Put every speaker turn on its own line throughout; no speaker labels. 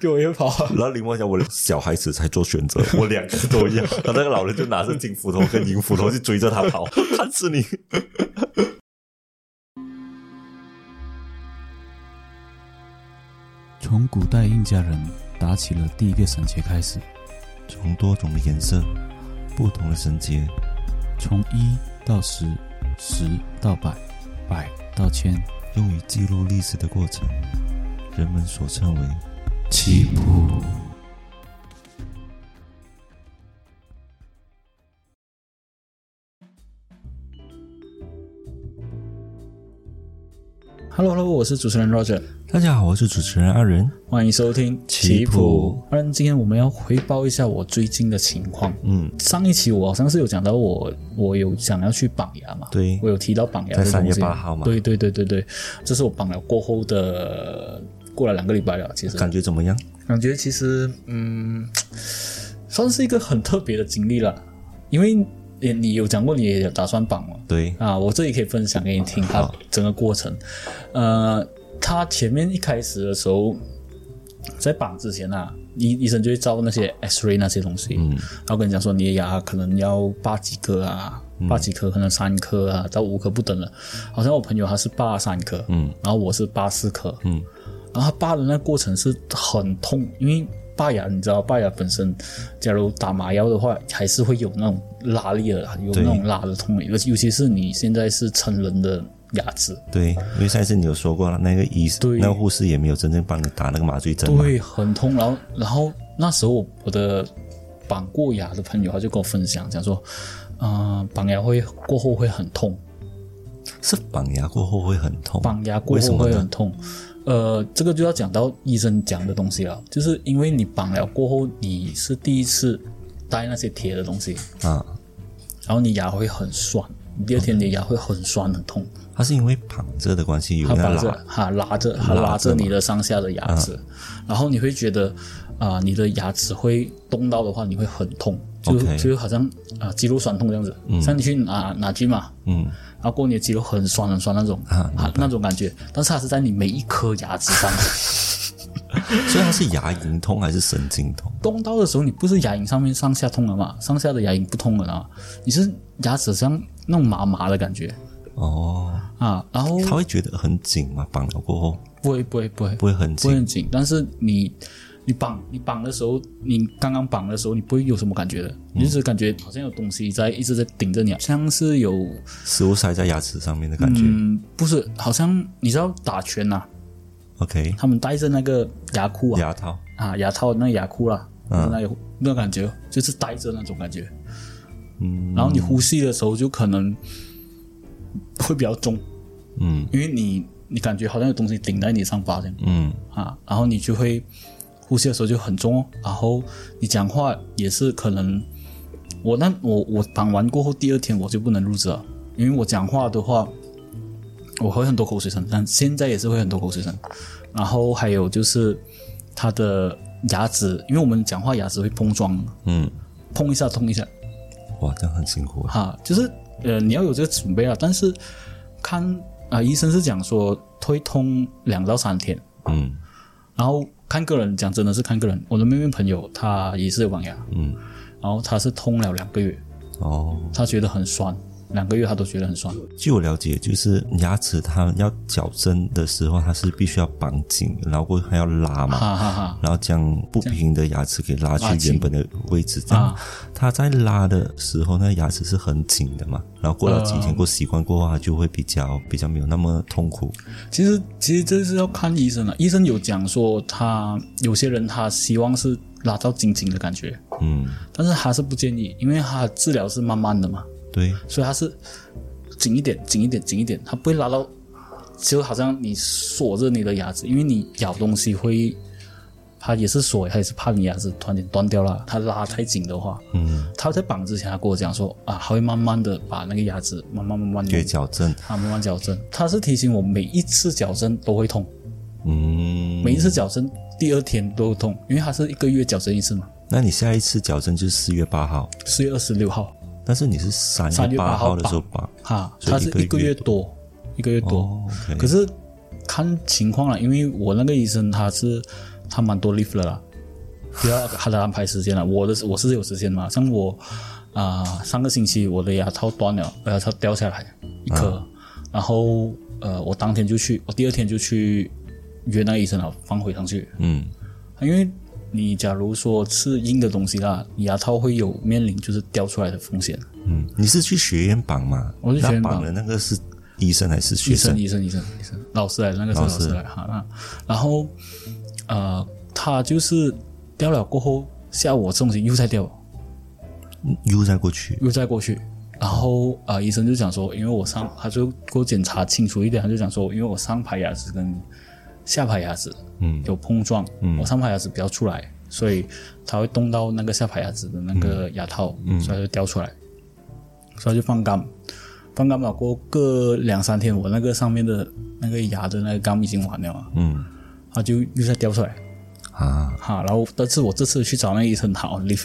给我约跑。
然后林梦想，我的小孩子才做选择，我两个都要。然后那个老人就拿着金斧头跟银斧头去追着他 跑，看死你！
从古代印加人打起了第一个绳结开始，
从多种的颜色、不同的绳结，
从一到十，十到百，百到千，
用于记录历史的过程，人们所称为。
起步。
Hello Hello，我是主持人 Roger，
大家好，我是主持人阿仁。
欢迎收听
棋谱。
当然，今天我们要回报一下我最近的情况。
嗯，
上一期我好像是有讲到我，我有想要去绑牙嘛，
对
我有提到绑牙
在
这个东西
3月8号嘛
对对对对对，这是我绑了过后的，过了两个礼拜了，其实
感觉怎么样？
感觉其实嗯，算是一个很特别的经历了，因为你你有讲过你也有打算绑嘛，
对，
啊，我这里可以分享给你听它整个过程。呃，它前面一开始的时候，在绑之前啊，医医生就会照那些 X-ray 那些东西，然后跟你讲说你的牙可能要拔几颗啊，拔几颗可能三颗啊到五颗不等了。好像我朋友他是拔三颗，嗯，然后我是拔四颗，嗯，然后他拔的那过程是很痛，因为。拔牙，你知道，拔牙本身，假如打麻药的话，还是会有那种拉力的，有那种拉的痛的，尤尤其是你现在是成人的牙齿，
对，因为上一次你有说过了，那个医生、
对
那个护士也没有真正帮你打那个麻醉针嘛。
对，很痛。然后，然后那时候我的绑过牙的朋友，他就跟我分享，讲说，呃，绑牙会过后会很痛，
是绑牙过后会很痛。
绑牙过
为什
后
么
会
呢
很痛。呃，这个就要讲到医生讲的东西了，就是因为你绑了过后，你是第一次戴那些贴的东西，
啊，
然后你牙会很酸，你第二天你的牙会很酸很痛。
它是因为绑着的关系，有
他
那
绑
拉
着，哈拉着，他
拉
拉
着
着
嘛
你的上下的牙齿，然后你会觉得啊、你的牙齿会动到的话，你会很痛，就
OK
就好像啊、肌肉酸痛这样子，像你去拿拿筋嘛，嗯，然后过后你的肌肉很酸很酸那种啊那种感觉，但是它是在你每一颗牙齿上
所以它是牙龈痛还是神经痛？
动刀的时候，你不是牙龈上面上下痛了嘛，上下的牙龈不痛了啊，你是牙齿上那种麻麻的感觉
哦，
啊，然后
他会觉得很紧嘛？绑了过后
不会不会不会
不会很
不会
紧
很紧，但是你你绑你绑的时候，你刚刚绑的时候，你不会有什么感觉的，
嗯
你就只感觉好像有东西在一直在顶着你，啊像是有
食物塞在牙齿上面的感觉。
嗯，不是，好像你知道打拳呐、
OK，
他们戴着那个牙箍啊
牙嗯套
啊牙套那个牙箍啦、那有那感觉就是戴着那种感觉，嗯，然后你呼吸的时候就可能会比较重，
嗯，
因为你你感觉好像有东西顶在你上巴这样，
嗯，
啊，然后你就会呼吸的时候就很重哦，然后你讲话也是可能，我那我我绑完过后第二天我就不能入职了，因为我讲话的话我会很多口水声，但现在也是会很多口水声，然后还有就是他的牙齿，因为我们讲话牙齿会碰撞，
嗯，
碰一下痛一下，
哇，这样很辛苦啊。
哈，就是呃，你要有这个准备啊。但是看啊、医生是讲说推通两到三天，
嗯
然后看个人，讲真的是看个人。我的妹妹朋友她也是有绑牙，
嗯，
然后她是通了两个月，
哦，
她觉得很酸，两个月她都觉得很酸。
据我了解，就是牙齿它要矫正的时候，它是必须要绑紧，然后过后还要拉嘛。
哈哈哈，
然后将不平的牙齿给拉
拉
去
紧
原本的位置，这样
啊
它在拉的时候，那个牙齿是很紧的嘛。然后过了几
呃
天，过习惯过后，它就会比较比较没有那么痛苦。
其实其实这是要看医生了。啊医生有讲说他，有些人他希望是拉到紧紧的感觉，
嗯，
但是他是不建议，因为他治疗是慢慢的嘛，
对，
所以他是紧一点，紧一点，紧一点，他不会拉到，就好像你锁着你的牙齿，因为你咬东西会，他也是锁，他也是怕你牙齿突然间断掉了，他拉太紧的话，嗯，他在绑之前他跟我讲说啊，他会慢慢的把那个牙齿慢慢慢慢
给
地
矫正。
啊慢慢矫正，他是提醒我每一次矫正都会痛，
嗯，
每一次矫正第二天都痛，因为他是一个月矫正一次嘛，
那你下一次矫正就是四月八号，
四月二十六号，
但是你是三
3
月
月
八
8
号
号
的时候绑。
哈，
所以
他是
一
一个
个月
月多，一个月多。
哦，OK，
可是看情况了，因为我那个医生他是他蛮多 leave 了啦，不要他的安排时间了。我的我是有时间嘛，像我啊、上个星期我的牙套断了，我牙套掉下来一颗，然后呃，我当天就去，我第二天就去约那个医生了，放回上去。
嗯，
因为你假如说吃硬的东西啦，你牙套会有面临就是掉出来的风险。
嗯，你是去学员榜吗？
我是学员
那
榜
榜的那个是医生还是学
医生，
生？
医生，医生，医生，老师来，那个是老师来哈。那然后呃，他就是掉了过后，下午我这东西又再掉，
又再过去，
又再过去。然后啊、呃医生就讲说，因为我上，他就给我检查清楚一点，他就讲说，因为我上排牙齿跟下排牙齿嗯有碰撞，嗯，我上排牙齿不要出来，所以它会动到那个下排牙齿的那个牙套，嗯，所以它就掉出来，所以它就放干，放干了过个两三天，我那个上面的那个牙的那个干已经完了嘛，
嗯
它就又再掉出来，
啊，
哈，然后但是我这次去找那个医生，他 on leave。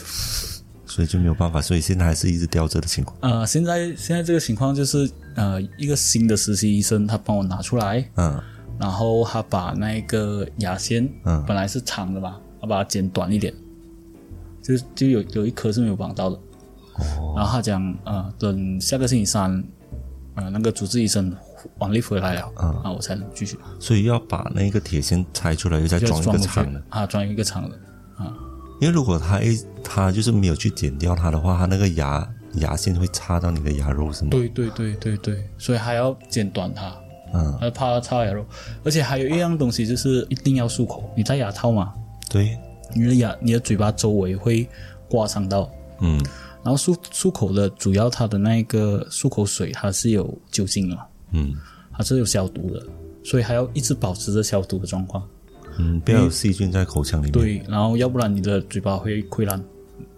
所以就没有办法，所以现在还是一直吊着的情况。
呃，现在现在这个情况就是，呃，一个新的实习医生他帮我拿出来，
嗯
然后他把那个牙线，
嗯
本来是长的嘛，他把它剪短一点，就就有有一颗是没有绑到的。哦。然后他讲，呃，等下个星期三，呃，那个主治医生王丽回来了，嗯、啊，我才能继续
所以要把那个铁线拆出来，又再
就
装一个
回去
长的。
啊，装一个长的。
因为如果它一它就是没有去剪掉它的话，它那个牙牙线会插到你的牙肉，是吗？
对对对对对，所以还要剪短它。
嗯，
呃，怕插牙肉，而且还有一样东西就是一定要漱口。你戴牙套嘛，
对，
你的牙、你的嘴巴周围会刮伤到，
嗯
然后漱漱口的主要它的那个漱口水它是有酒精的嘛，
嗯
它是有消毒的，所以还要一直保持着消毒的状况。
嗯，不要有细菌在口腔里面。，
对，然后要不然你的嘴巴会溃烂，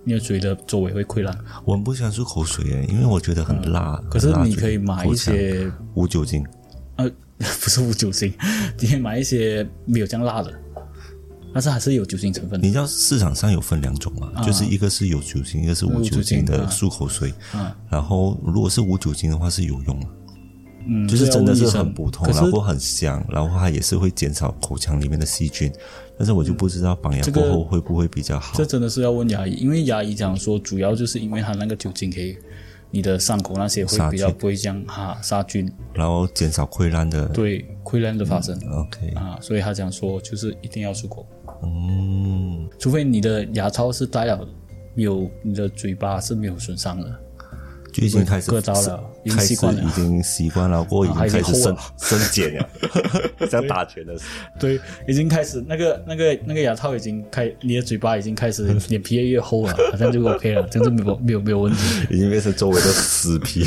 你的嘴的周围会溃烂。
我很不喜欢漱口水耶，因为我觉得很辣。
嗯可是
很辣
你
嘴
可以买一些
口腔无酒精。
呃， 不是无酒精， 你可以买一些没有这样辣的，但是还是有酒精成分的。
你知道市场上有分两种
啊
嘛？就是一个是有酒精，一个是无酒精的漱口水。然后如果是无酒精的话是有用的，
啊嗯，
就是
这要
真的
问
是
医生
很普通，
可是
然后很香，然后它也是会减少口腔里面的细菌。但是我就不知道绑牙
这个
过后会不会比较好
这。真的是要问牙医，因为牙医讲说，主要就是因为它那个酒精可以，你的伤口那些
杀
会
菌
比较不会这样哈杀菌，
然后减少溃烂的。
对溃烂的发生、
，OK，
啊，所以他讲说就是一定要漱口，
嗯，
除非你的牙套是戴了，没有你的嘴巴是没有损伤的，
就已经开始
割刀了已经
开始
习惯了
已经习惯了，过后已经
啊
开始
还是厚
生
啊
生茧了，像打拳的时候。
对，已经开始那个那个那个牙套已经开，你的嘴巴已经开始脸皮越来越厚了，好像就 OK 了，这样就没有没有没有问题。
已经变成周围的死皮。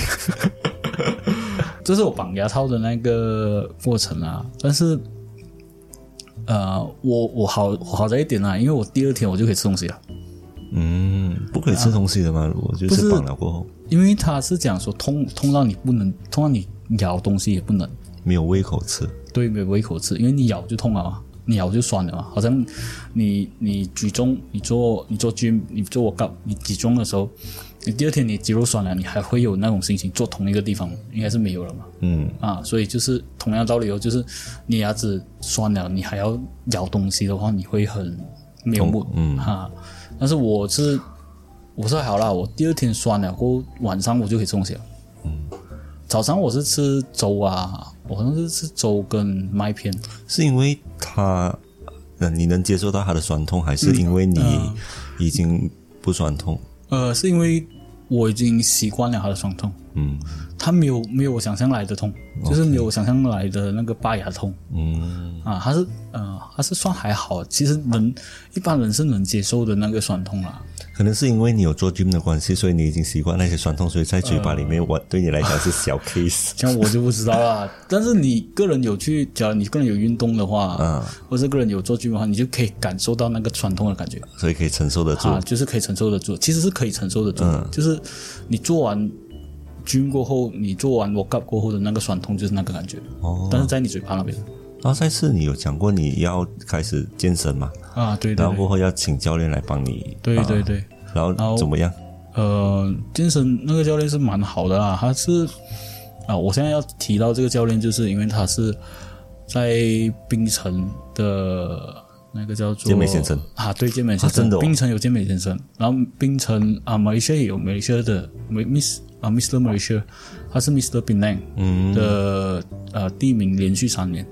这是我绑牙套的那个过程啊，但是，呃，我我好我好在一点啊，因为我第二天我就可以吃东西啊了，
嗯，不可以吃东西的吗？我就
不
是
是
绑了过后
因为他是讲说痛痛到你不能，痛到你咬东西也不能，
没有胃口吃，
对，没有胃口吃，因为你咬就痛了嘛，你咬就酸了嘛，好像你你举重，你做你做 gym，你做我杠，你举重的时候，你第二天你肌肉酸了，你还会有那种心情做同一个地方，应该是没有了嘛。
嗯，
啊，所以就是同样道理哦，就是你牙齿酸了，你还要咬东西的话，你会很没有目，嗯哈、但是我是我是还好啦，我第二天酸了，过后晚上我就可以吃东西了。嗯，早上我是吃粥啊，我好像是吃粥跟麦片，
是因为它，呃，你能接受到它的酸痛，还是因为你
嗯
已经不酸痛？
呃，是因为我已经习惯了它的酸痛，
嗯
它没有没有我想象来的痛，就是没有我想象来的那个拔牙痛。
嗯
啊，它是呃，它是算还好，其实能一般人是能接受的那个酸痛啦。
可能是因为你有做 gym 的关系，所以你已经习惯那些酸痛，所以在嘴巴里面，我、对你来讲是小 case。
像我嗯 就不知道啦， 但是你个人有去，假如你个人有运动的话，
嗯，
或者个人有做剧的话，你就可以感受到那个酸痛的感觉
所以可以承受得住。
啊，就是可以承受得住，其实是可以承受得住，的，
嗯
就是你做完。军过后，你做完 work up 过后的那个酸痛就是那个感觉，
哦
但是在你嘴巴那边
然后上次你有讲过你要开始健身嘛，
啊，对对
然后过后要请教练来帮你。
对
啊
对对对，
然
然
后
后
怎么样？
呃，健身那个教练是蛮好的啦，他是啊，我现在要提到这个教练，就是因为他是在槟城的那个叫做
健美先生
啊，对，健美先
啊
生，
真的哦
槟城有健美先生，然后槟城啊，马来西亚也有马来西亚的 Miss 啊，Mr. Malaysia，他是 Mr. Penang
嗯
的、呃地名连续三年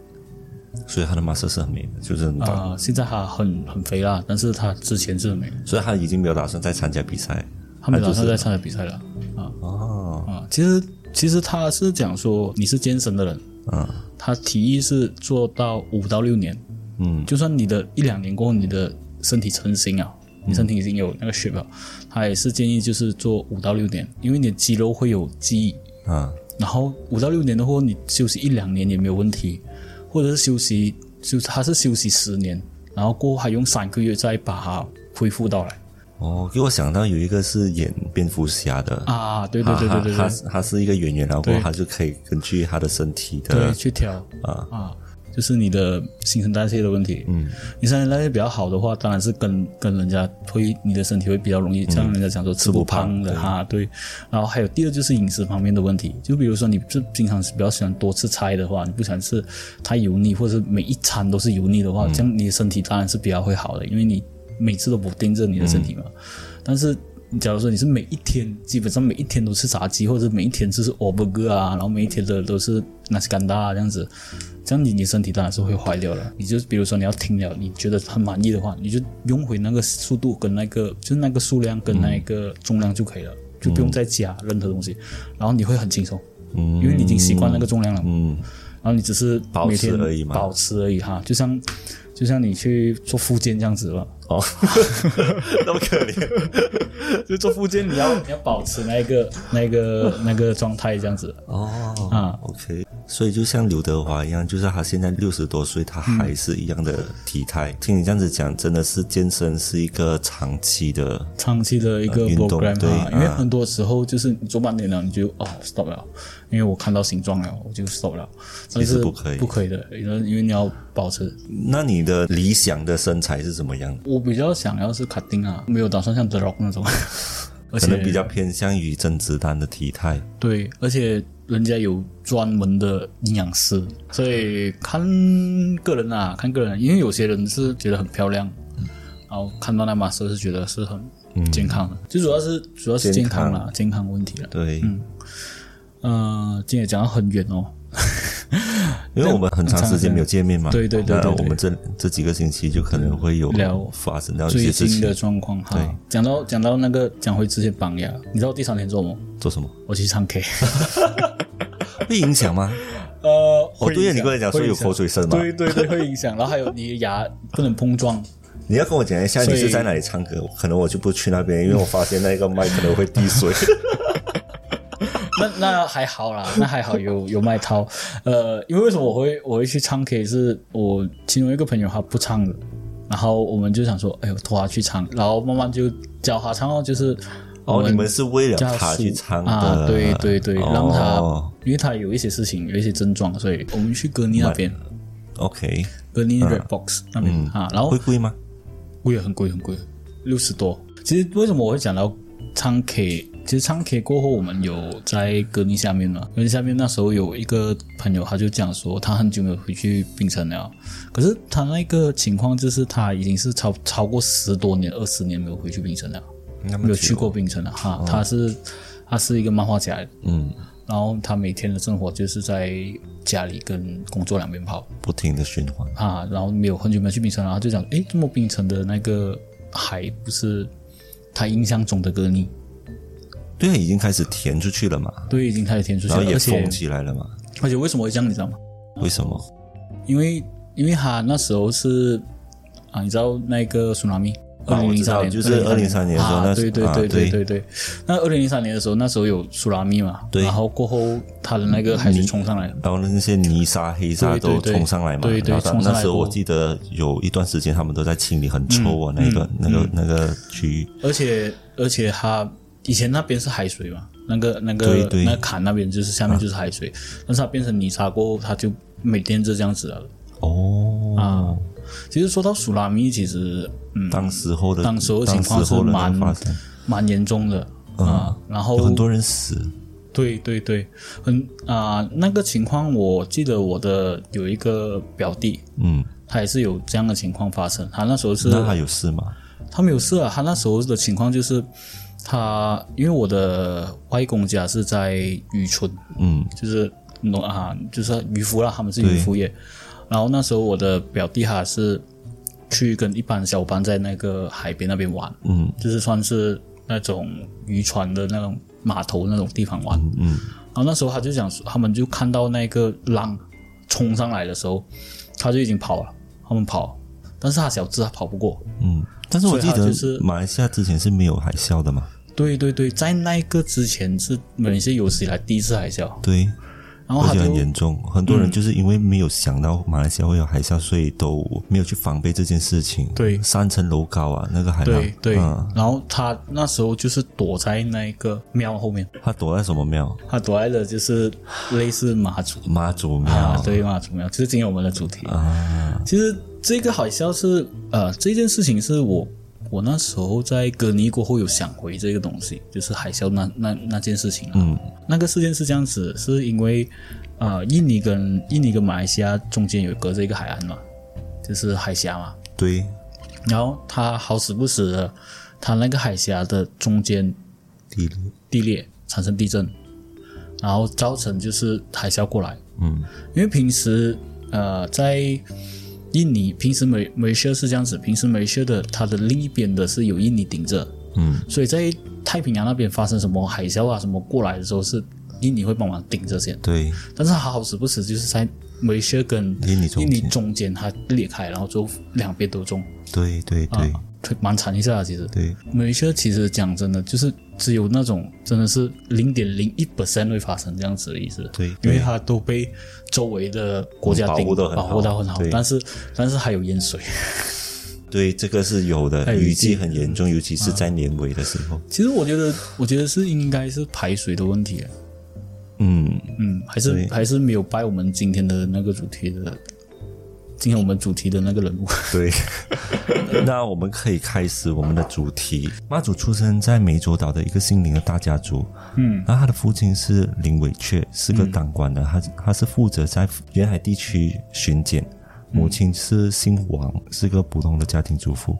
所以他的 master 是很美的，就是很棒。
啊、现在他很很肥啦，但是他之前是很美，
所以他已经没有打算再参加比赛。
他们
啊他
打
就是
算在参加比赛了啊
哦，
啊，其实其实他是讲说你是健身的人，
嗯
他提议是做到五到六年，
嗯，
就算你的一两年过后，你的身体成型啊，你身体已经有那个血了，他也是建议就是做五到六年，因为你的肌肉会有记忆，
啊，
然后五到六年的话，你休息一两年也没有问题，或者是休息就他是休息十年，然后过后还用三个月再把它恢复到来
哦，给我想到有一个是演蝙蝠侠的，
啊，对对
他
对对对
他
对
他他是一个演员，然后
对
他就可以根据他的身体
对，
的
去调
啊
啊，就是你的新陈代谢的问题。嗯，你新陈代谢比较好的话，当然是跟跟人家会，你的身体会比较容易，像人家讲说嗯吃不胖的哈、对。然后还有第二就是饮食方面的问题，就比如说你是平常是比较喜欢多吃菜的话，你不喜欢吃太油腻，或者是每一餐都是油腻的话，这样你的身体当然是比较会好的，因为你每次都不盯着你的身体嘛。但是假如说你是每一天，基本上每一天都吃炸鸡，或者每一天吃是 o b e r 啊，然后每一天的都是纳斯干达啊这样子，这样你你身体当然是会坏掉了。你就比如说你要停了，你觉得很满意的话，你就用回那个速度跟那个就是那个数量跟那个重量就可以了，就不用再加任何东西，然后你会很轻松，因为你已经习惯那个重量了。
嗯
然后你只是每天
保持而已嘛
保持而已哈，就像就像你去做复健这样子吧，
哦， 那么可怜，
就做复健，你要 你要保持那个那个那个状态这样子
哦
啊，
，OK，所以就像刘德华一样，就是他现在六十多岁，他还是一样的体态。听你这样子讲，真的是健身是一个长期的，
长期的一个
呃运动
program
对
啊，因为
啊
很多时候就是你做半年了，你就哦 stop 了，因为我看到形状了，我就 stop 了，但
实
是
不可以
不可以的，因为因为你要保持。
那你的理想的身材是什么样的？
我比较想要是 cutting 啊，没有打算像 The Rock 那种， 而
可
且
能比较偏向于甄子丹的体态。
对，而且人家有专门的营养师，所以看个人啊，看个人，因为有些人是觉得很漂亮，
嗯
然后看到那马车是觉得是很健康的，最主要是主要是健康啦，健康问题了。
对，
嗯、今天也讲到很远 哦，
因为我们很长时间没有见面嘛，
对对对对
那
对
我们这这几个星期就可能会有
聊
发生到一
最
些事
近的
情。
状况哈
对。
讲到讲到那个讲回之前绑牙，你知道我第三天做什么？
做什么？
我去唱 K。
会影响 吗？
呃，
哦，
会
对呀，
影响
你跟我讲说有口，水声嘛
会，影响对对对，会影响。然后还有你的牙不能碰撞。
你要跟我讲一下
所
你
以
是在哪里唱歌，可能我就不去那边，因为我发现那个麦可能会 滴水。
那那还好啦， 那还好有有卖套。呃，因为为什么我会我会去唱 K，是我其中一个朋友他不唱的，然后我们就想说，哎呦，拖他去唱，然后慢慢就教他唱哦，就是我
哦，
们
你们是为了
叫
他去唱的，
啊，对对对，让他
哦，
因为他有一些事情，有一些症状，所以我们去格尼那边，
嗯 OK，
格尼
嗯
Red Box 那边、啊，然后
会贵吗？
贵很贵很贵，六十多。其实为什么我会讲到唱 K？其实唱 K 过后，我们有在格尼下面嘛，格尼下面那时候有一个朋友，他就讲说他很久没有回去槟城了，可是他那个情况就是他已经是超超过十多年、二十年没有回去槟城了，
那么
没有
久
去过槟城了哈。他是他是一个漫画家，
嗯，
然后他每天的生活就是在家里跟工作两边跑。
不停的嗯循环。
啊，然后没有很久没有去槟城，然后就讲，诶，这么槟城的那个海不是他印象中的格尼，
对，啊已经开始填出去了嘛，
对，已经开始填出去
然后
了，
也
而且
封起来了嘛。
而且为什么会这样，你知道吗？
为什么？
因为因为他那时候是啊，你知道那个苏南米。
啊
二零
我
零
知道
三年，
就是2003年的时候
啊
那
对对
啊
对
对
对对对。那二零零三年的时候，那时候有苏拉米嘛，
对
然后过后他的那个海水冲上来，
然后那些泥沙、黑沙
对对
都
对
冲上来嘛，
对对
然后
冲上来
那时候我
过
记得有一段时间他们都在清理，很臭啊，那个、那
嗯
个、那个区域。
而且而且它以前那边是海水嘛，那个那个
对对啊
那坎那边就是下面就是海水，但是它变成泥沙过后，它就每天就这样子了
哦，
啊。其实说到苏拉米，其实嗯，
当时候的
当时候情况
当时
是
候的那
蛮
个发生，
蛮严重的啊。然后
有很多人死。
对对对，很啊、那个情况，我记得我的有一个表弟，
嗯，
他也是有这样的情况发生。他那时候是
那他有事吗？
他没有事啊，他那时候的情况就是他，因为我的外公家是在渔村，
嗯，
就是农啊，就是渔夫啦，他们是渔夫业。然后那时候我的表弟他是去跟一帮小伙伴在那个海边那边玩，
嗯，
就是算是那种渔船的那种码头那种地方玩，
嗯，
然后那时候他就想说，他们就看到那个浪冲上来的时候，他就已经跑了，他们跑，但是他小智他跑不过，
嗯，但是我
所以
记
他
得
就是
马来西亚之前是没有海啸的嘛？
对对对，在那个之前是马来西亚有史以来第一次海啸，
对，
然后
而
哦他
且
就嗯
很严重，很多人就是因为没有想到马来西亚会有海啸，所以都没有去防备这件事情。
对
三层楼高啊，那个海浪
对，对，
嗯，
然后他那时候就是躲在那个庙后面，
他躲在什么庙？
他躲在了就是类似马祖
妈祖庙
啊，对马祖庙，就是今天我们的主题。
哦啊，
其实这个海啸是呃，这件事情是我我那时候在隔离过后有想回这个东西，就是海啸那那那件事情啊。
嗯，
那个事件是这样子，是因为呃，印尼跟印尼跟马来西亚中间有隔着一个海岸嘛，就是海峡嘛。
对，
然后它好死不死的，它那个海峡的中间
地理，
地裂产生地震，然后造成就是呃海啸过来。
嗯，
因为平时呃在印尼，平时美美西亚是这样子，平时美西亚的它的另一边的是有印尼顶着，
嗯，
所以在太平洋那边发生什么海啸啊什么过来的时候，是印尼会帮忙顶着先，
对，
但是它好死不死就是在美西亚跟
印尼中
印尼
间
中间它裂开，然后就两边都中，
对对对
啊，就蛮惨一下的其实。
对，
美西亚其实讲真的，就是只有那种真的是零点零一 percent 会发生这样子的意思。
对
因
对
为它都被周围的国家
保护
顶
得很
保护
好
到很好
对，
但是但是还有淹水。
对，这个是有的，
哎
雨
雨
季
季
很严重，尤其是在年尾的时候。
其实我觉得，我觉得是应该是排水的问题，啊
嗯，
嗯，还是
对
还是没有拜我们今天的那个主题的，今天我们主题的那个人 物。
对。那我们可以开始我们的主题。妈祖出生在湄洲岛的一个心灵的大家族，
嗯
然后他的父亲是林伟确，是个当官的，他他是负责在沿海地区巡检，母亲是姓王，是个普通的家庭主妇。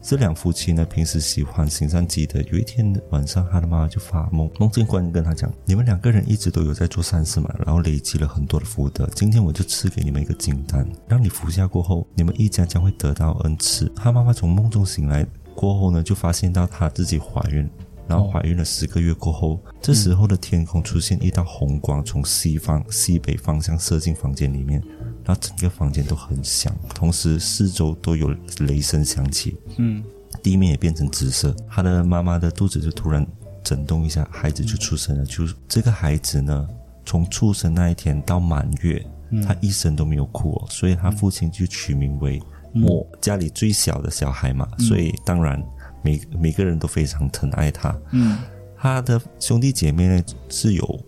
这两夫妻呢，平时喜欢行善积德。有一天晚上，他的妈妈就发梦，梦见官跟他讲：“你们两个人一直都有在做善事嘛，然后累积了很多的福德。今天我就赐给你们一个金丹，让你服下过后，你们一家将会得到恩赐。”他妈妈从梦中醒来过后呢，就发现到她自己怀孕，然后怀孕了十个月过后，这时候的天空出现一道红光，从西方西北方向射进房间里面，然后整个房间都很响，同时四周都有雷声响起，
嗯，
地面也变成紫色。他的妈妈的肚子就突然震动一下，孩子就出生了。就是这个孩子呢，从出生那一天到满月，他一生都没有哭、哦，所以他父亲就取名为莫，家里最小的小孩嘛，所以当然每每个人都非常疼爱他。
嗯
他的兄弟姐妹呢是有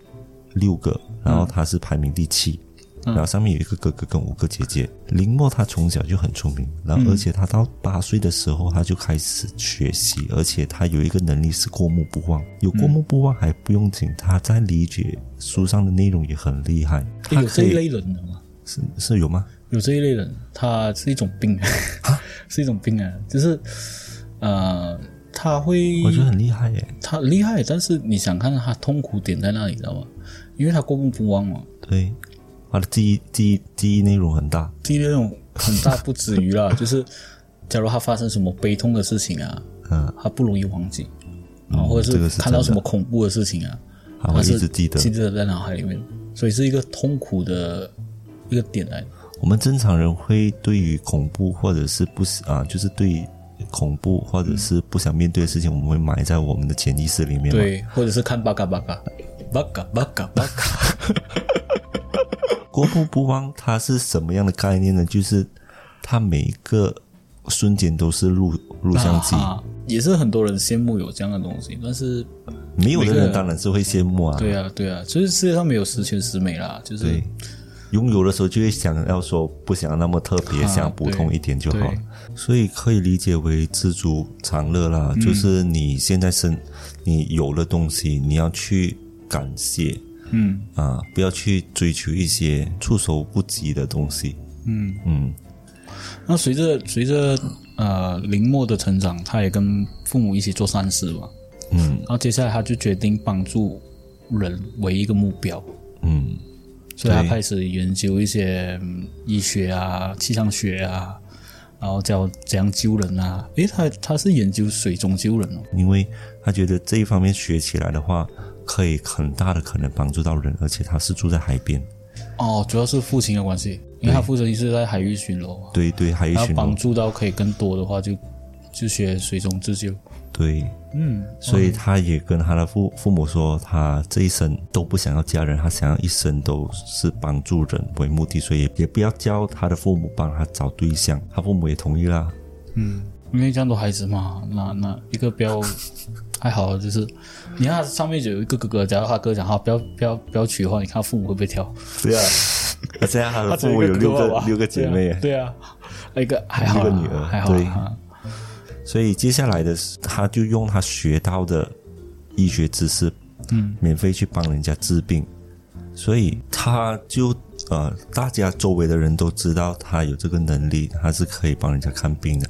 六个，然后他是排名第七。然后上面有一个哥哥跟五个姐姐。林默他从小就很聪明，然后而且他到八岁的时候他就开始学习，而且他有一个能力是过目不忘。有过目不忘还不用紧，他在理解书上的内容也很厉害。他
有
可
这一
以
类人的吗？
是是有吗？
有这一类人，他是一种病， 是一种病啊，就是呃，他会
我觉得很厉害耶。
他很厉害，但是你想看他痛苦点在哪里，知道吗？因为他过目不忘嘛，
对，他的记忆记忆记忆内容很大。
第一那种很大不止于 啦，就是假如他发生什么悲痛的事情啊，
嗯，哦
他不容易忘记，啊，或
这
者
个
是
是
看到
真的
什么恐怖的事情啊，
他会
他
一
是
直记得。
记得在脑海里面，所以是一个痛苦的一个点来的。
我们正常人会对于恐怖或者是不喜啊，就是对于恐怖或者是不想面对的事情，我们会埋在我们的潜意识里面嘛。
对，或者是看巴嘎巴嘎，巴嘎巴嘎巴嘎，
过目不忘，它是什么样的概念呢？就是它每一个瞬间都是录录像机，
啊也是很多人羡慕有这样的东西，但是
没有的
每个
人
人
当然是会羡慕啊。
对啊对啊，就是世界上没有十全十美啦，就是
对拥有的时候就会想要说不想那么特别，
啊
想普通一点就好了
对。嗯
所以可以理解为知足常乐啦，就是你现在身你有了东西，你要去感谢，
嗯
啊，不要去追求一些措手不及的东西。
嗯。
嗯，
那随着随着呃林默的成长，他也跟父母一起做善事嘛，
嗯
然后接下来他就决定帮助人为一个目标，
嗯
所以他
对
开始研究一些嗯医学啊、气象学啊，然后教怎样救人啊。诶，他他是研究水中救人哦，
因为他觉得这一方面学起来的话，可以很大的可能帮助到人，而且他是住在海边，
哦，主要是父亲的关系，因为他父亲是在海域巡逻啊，
对对，海域
他
巡
帮
逻，
助到可以更多的话就，就学水中自救。
对，
嗯，
所以他也跟他的父父母说，他这一生都不想要家人，他想要一生都是帮助人为目的，所以也也不要叫他的父母帮他找对象，他父母也同意啦。
因为这样多孩子嘛，那那一个不要还好，就是你看他上面就有一个哥哥，假如他哥讲哈，不要不要不要娶的话，你看他父母会不会跳？
对 啊，这样他的父母有六
他只一哥哥
个
吧
六个姐妹耶，
对啊，对啊一个还好啊，
一个女儿
还好啊
对所以接下来的是他就用他学到的医学知识，嗯，免费去帮人家治病，所以他就呃，大家周围的人都知道他有这个能力，他是可以帮人家看病的，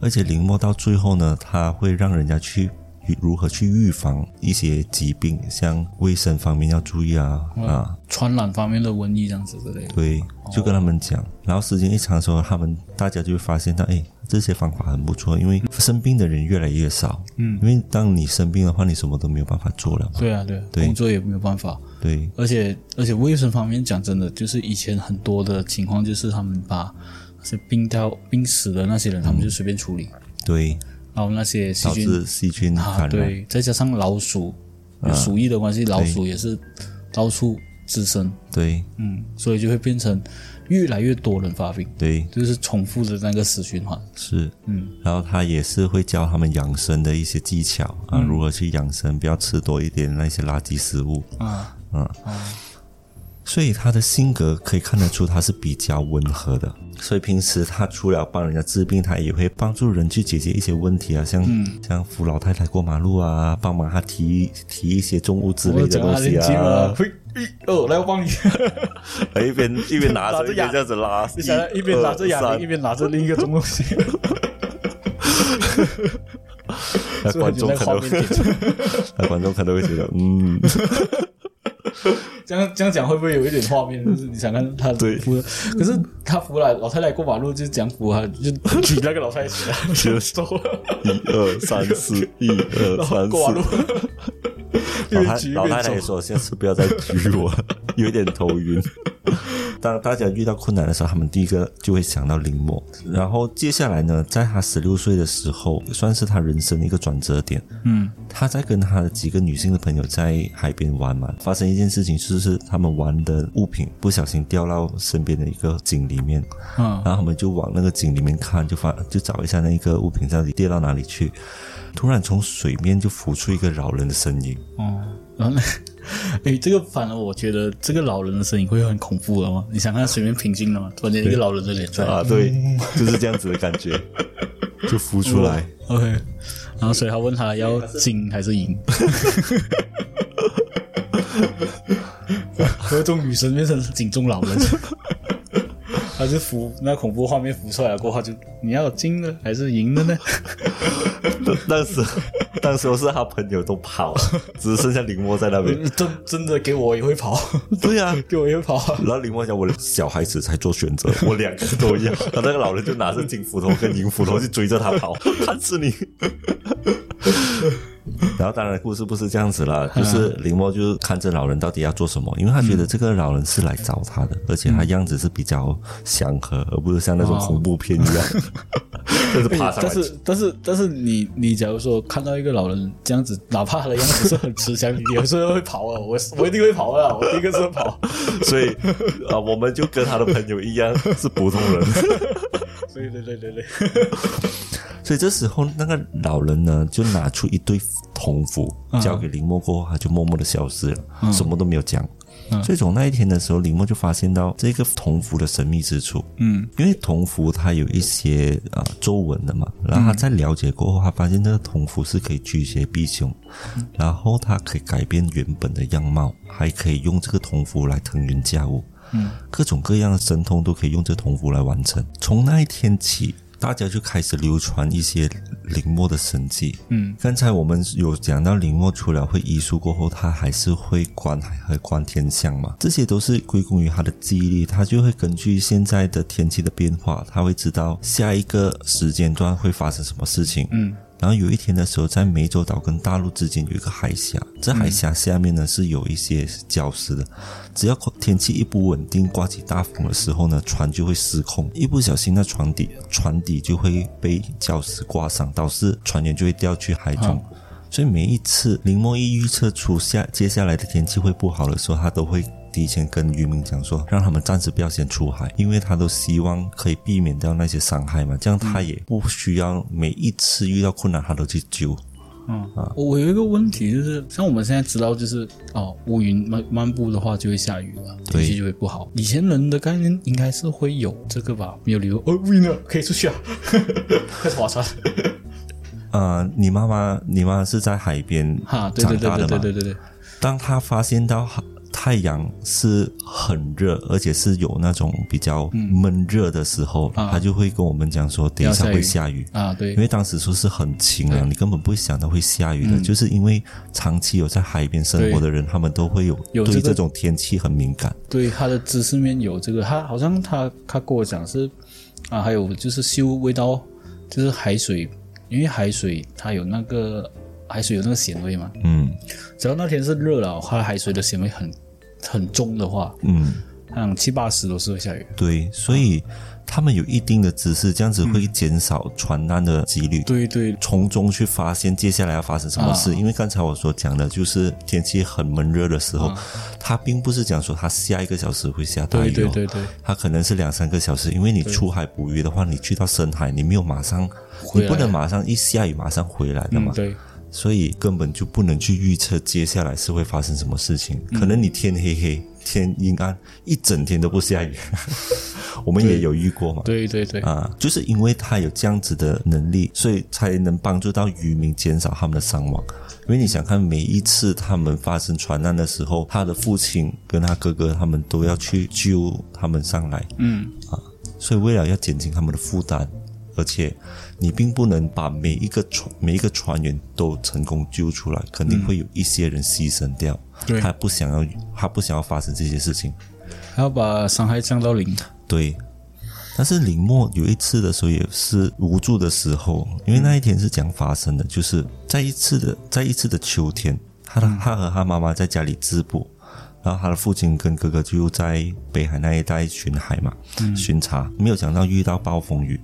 而且林默到最后呢，他会让人家去。如何去预防一些疾病，像卫生方面要注意啊、啊，
传染方面的瘟疫这样子之类的。
对，就跟他们讲，然后时间一长的时候，他们大家就会发现到，哎，这些方法很不错，因为生病的人越来越少。嗯，因为当你生病的话，你什么都没有办法做了嘛。
对啊，对啊，
对
工作也没有办法，
对，
而且而且卫生方面讲真的，就是以前很多的情况就是他们把那些病掉、病死的那些人，他们就随便处理，
嗯对，
然后那些细
导
菌
致细菌
啊，
感染。
对，再加上老鼠，
啊
有鼠疫的关系，老鼠也是到处滋生，
对，
嗯，所以就会变成越来越多人发病，
对，
就是重复的那个死循环。
是。
嗯，
然后他也是会教他们养生的一些技巧啊，如何去养生，不要吃多一点那些垃圾食物。
啊，
所以他的性格可以看得出他是比较温和的。所以平时他除了帮人家治病，他也会帮助人去解决一些问题啊，像、
嗯
像扶老太太过马路啊，帮忙他提提一些重物之类
我
的
讲
东
话
西
练筋了，
啊，
嘿，一哦，来我帮你。
还一边一边拿
拿
着
着
一边
哑
这样子拉，
你想 要一边拿着哑
二
铃，一
三
边拿着另一个东西，
那
所以
观
就
众
在
可
画
能
面
会，
解决。
那呃观众可能会觉得，嗯，
这样这样讲会不会有一点画面？就是你想看他
对
扶，可是他扶了老太太过马路，就是讲扶啊，就举那个老太太 起来，
就是
走了，
一二三四，一 二
然后
三
过马路
四。，
一
老
边
太
举一
老太
边
太也
走。
说，下次不要再举我， 有点头晕。 当大家遇到困难的时候，他们第一个就会想到林默。然后接下来呢，在他十六岁的时候，算是他人生的一个转折点。
嗯，
他在跟他的几个女性的朋友在海边玩嘛，发生一件事情，就是他们玩的物品不小心掉到身边的一个井里面，
嗯
然后他们就往那个井里面看，就发就找一下那个物品到底跌到哪里去。突然从水面就浮出一个老人的身影，
哦，然后呢？ 哎，这个反而我觉得这个老人的身影会很恐怖的吗？你想看随便平静了吗？突然间一个老人的脸出来
啊， 对，就是这样子的感觉，就浮出来。
，OK，然后所以他问他要金 还是银，何种女神变成警钟老人， 他就浮那恐怖画面浮出来过后就你要金的还是银的呢？
当时，当时是他朋友都跑了，只剩下林默在那边。
真真的给我也会跑，
对呀、
给我也会跑啊。
然后林默讲：“我的小孩子才做选择，我两个都要。”然后那个老人就拿着金斧头跟银斧头去追着他 跑，看死你！然后当然故事不是这样子啦，就是林默就是看着老人到底要做什么，因为他觉得这个老人是来找他的，而且他样子是比较祥和，而不是像那种恐怖片一样， 就是爬
哦
上来
但是但是但是你你假如说看到一个老人这样子，哪怕他的样子是很慈祥，你有时候会跑啊，我我一定会跑啊，我第一个是会跑，
所以啊，我们就跟他的朋友一样是普通人。
对对对对对，
所以这时候那个老人呢，就拿出一堆铜符交给林默，过后他就默默的消失了，什么都没有讲。所以从那一天的时候，林默就发现到这个铜符的神秘之处。
嗯，
因为铜符它有一些啊、呃皱纹的嘛，然后他在了解过后，他发现这个铜符是可以驱邪避凶，然后它可以改变原本的样貌，还可以用这个铜符来腾云驾雾。
嗯，
各种各样的神通都可以用这铜符来完成。从那一天起，大家就开始流传一些林墨的神迹。
嗯，
刚才我们有讲到林墨除了会医术过后，他还是会观海和观天象嘛，这些都是归功于他的记忆力，他就会根据现在的天气的变化，他会知道下一个时间段会发生什么事情。
嗯。
然后有一天的时候，在湄洲岛跟大陆之间有一个海峡，这海峡下面呢是有一些礁石的。只要天气一不稳定，刮起大风的时候呢，船就会失控，一不小心那船底船底就会被礁石刮伤，导致船员就会掉去海中。所以每一次林墨一预测出下接下来的天气会不好的时候，他都会提前跟渔民讲说，让他们暂时不要先出海，因为他都希望可以避免掉那些伤害嘛，这样他也不需要每一次遇到困难他都去救。
啊我我有一个问题，就是像我们现在知道，就是哦，乌云漫漫步的话就会下雨了，天气就会不好。以前人的概念应该是会有这个吧？没有理由，哦，乌云了，可以出去啊， 快划船！
呃，你妈妈，你妈是在海边
哈，对
长
对对
大的
对
嘛？
对对对对，
当他发现到哈太阳是很热，而且是有那种比较闷热的时候，
啊
他就会跟我们讲说，等一下
要下雨
会下雨。
啊
因
对，
为当时说是很晴朗，你根本不会想到会下雨的，
嗯
就是因为长期有在海边生活的人，他们都会有
有这
对
个
这种天气很敏感。
对他的知识面有这个，他好像他他跟我讲是啊，还有就是修味道，就是海水，因为海水它有那个海水有那个咸味嘛，
嗯
只要那天是热了，它的海水的咸味很很重的话，
嗯，
嗯，七八十都是会下雨。
对，所以他们有一定的知识，这样子会减少传染的几率。
对对，
从中去发现接下来要发生什么事。
啊
因为刚才我所讲的，就是天气很闷热的时候，
啊
它并不是讲说它下一个小时会下大雨、
对
哦，
对对对，
它可能是两三个小时。因为你出海捕鱼的话，你去到深海，你没有马上，
回
你
来
不能马上一下雨马上回来的嘛
嗯，对，
所以根本就不能去预测接下来是会发生什么事情。可能你天黑黑，天阴暗，一整天都不下雨，我们也有遇过嘛。
对对对，
啊，就是因为他有这样子的能力，所以才能帮助到渔民减少他们的伤亡。因为你想看，每一次他们发生船难的时候，他的父亲跟他哥哥他们都要去救他们上来，啊
嗯，
所以为了要减轻他们的负担，而且你并不能把每一个船每一个船员都成功救出来，肯定会有一些人牺牲掉。
嗯对
他不想要，他不想要发生这些事情。
还要把伤害降到零。
对。但是林默有一次的时候也是无助的时候，因为那一天是讲发生的，就是在一次的在一次的秋天，他的他和他妈妈在家里织布，然后他的父亲跟哥哥就在北海那一带巡海嘛，巡查，没有想到遇到暴风雨，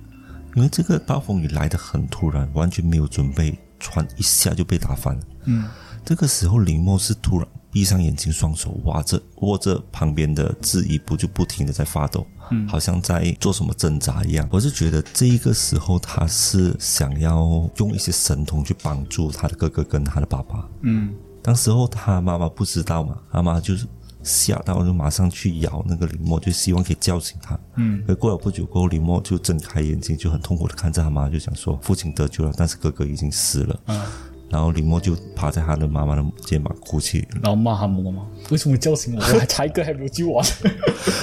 因为这个暴风雨来得很突然，完全没有准备，船一下就被打翻了。
嗯，
这个时候，林默是突然闭上眼睛，双手握着握着旁边的制衣布，就不停的在发抖，好像在做什么挣扎一样。我是觉得这一个时候，他是想要用一些神通去帮助他的哥哥跟他的爸爸。
嗯，
当时候他妈妈不知道嘛，他妈就是吓到就马上去咬那个林默，就希望可以叫醒他。
嗯，
而过了不久过后，林默就睁开眼睛，就很痛苦的看着他妈，就想说父亲得救了，但是哥哥已经死了。
嗯
然后林默就趴在他的妈妈的肩膀哭泣，
然后骂他妈妈，为什么叫醒我？我还差一个还没有救完。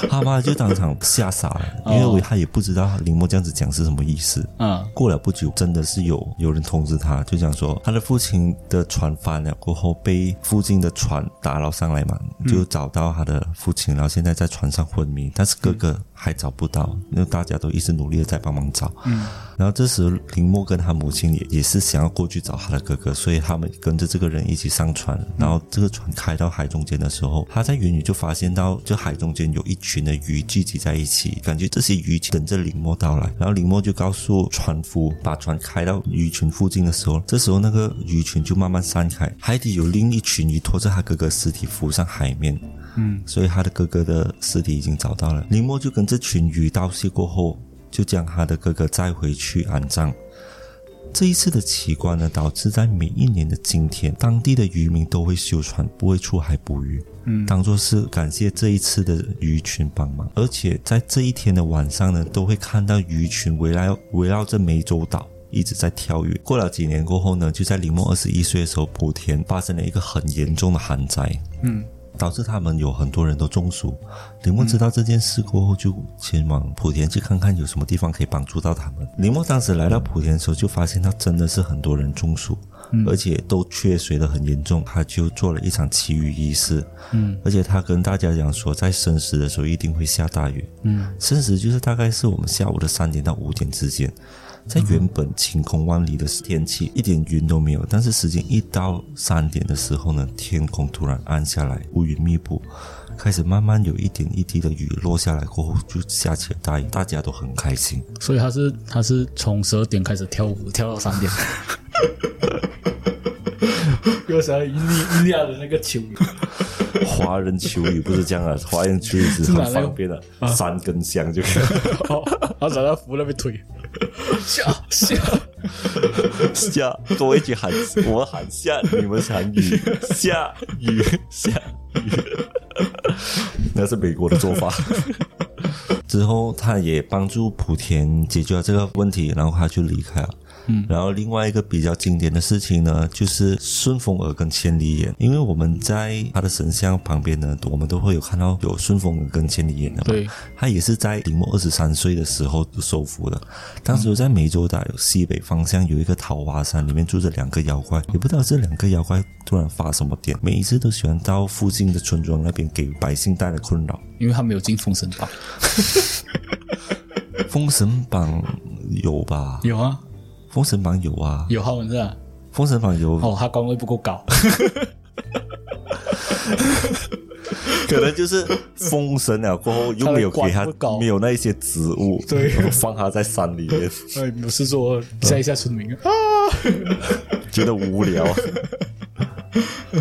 他妈就当场吓傻了，因为他也不知道林默这样子讲是什么意思。
啊，
过了不久，真的是有有人通知他，就讲说他的父亲的船翻了，过后被附近的船打捞上来嘛，嗯就找到他的父亲，然后现在在船上昏迷，但是哥哥还找不到，那大家都一直努力的在帮忙找。嗯，然后这时候林默跟他母亲也也是想要过去找他的哥哥，所以他们跟着这个人一起上船，然后这个船开到海中间的时候，他在远远就发现到，就海中间有一群的鱼聚集在一起，感觉这些鱼等着林默到来。然后林默就告诉船夫，把船开到鱼群附近的时候，这时候那个鱼群就慢慢散开，海底有另一群鱼拖着他哥哥尸体浮上海面。
嗯，
所以他的哥哥的尸体已经找到了。林默就跟这群鱼道谢过后，就将他的哥哥载回去安葬。这一次的奇观呢，导致在每一年的今天，当地的渔民都会修船，不会出海捕鱼，嗯，当做是感谢这一次的鱼群帮忙。而且在这一天的晚上呢，都会看到鱼群围绕围绕着湄洲岛。一直在跳跃。过了几年过后呢，就在林默二十一岁的时候，莆田发生了一个很严重的旱灾。导致他们有很多人都中暑。林默知道这件事过后，就前往莆田去看看有什么地方可以帮助到他们。林默当时来到莆田的时候，就发现到真的是很多人中暑，而且都缺水的很严重。他就做了一场奇遇仪式，嗯，而且他跟大家讲说，在申时的时候一定会下大雨，嗯，申时就是大概是我们下午的三点到五点之间。在原本晴空万里的天气，一点云都没有。但是时间一到三点的时候呢，天空突然暗下来，乌云密布，开始慢慢有一点一滴的雨落下来，过后就下起了大雨，大家都很开心。
所以他是他是从十二点开始跳舞，跳到三点。 又想到印尼印尼亚的那个球，
华人求雨不是这样啊，华人求雨是很方便的，三根香就可以了
哦，他找到服那边推，下下，
下，跟我一起喊，我喊下，你们喊雨，下雨下 雨，那是美国的做法。之后，他也帮助莆田解决了这个问题，然后他就离开了。嗯，然后另外一个比较经典的事情呢，就是顺风耳跟千里眼，因为我们在他的神像旁边呢，我们都会有看到有顺风耳跟千里眼的嘛。
对，
他也是在林默二十三岁的时候收服的。当时在湄洲岛西北方向有一个桃花山，里面住着两个妖怪，也不知道这两个妖怪突然发什么癫，每一次都喜欢到附近的村庄那边给百姓带来困扰。
因为他没有进封神榜，
封神榜有吧？
有啊，
封神榜有啊，
有浩文是吧？
封神榜有，
哦，他官位不够高，
可能就是封神了过后又没有给
他的官
他
不高
没有那一些职务，
对
然后放他在山里面，
哎，不是说吓一下村民啊，
觉得无聊。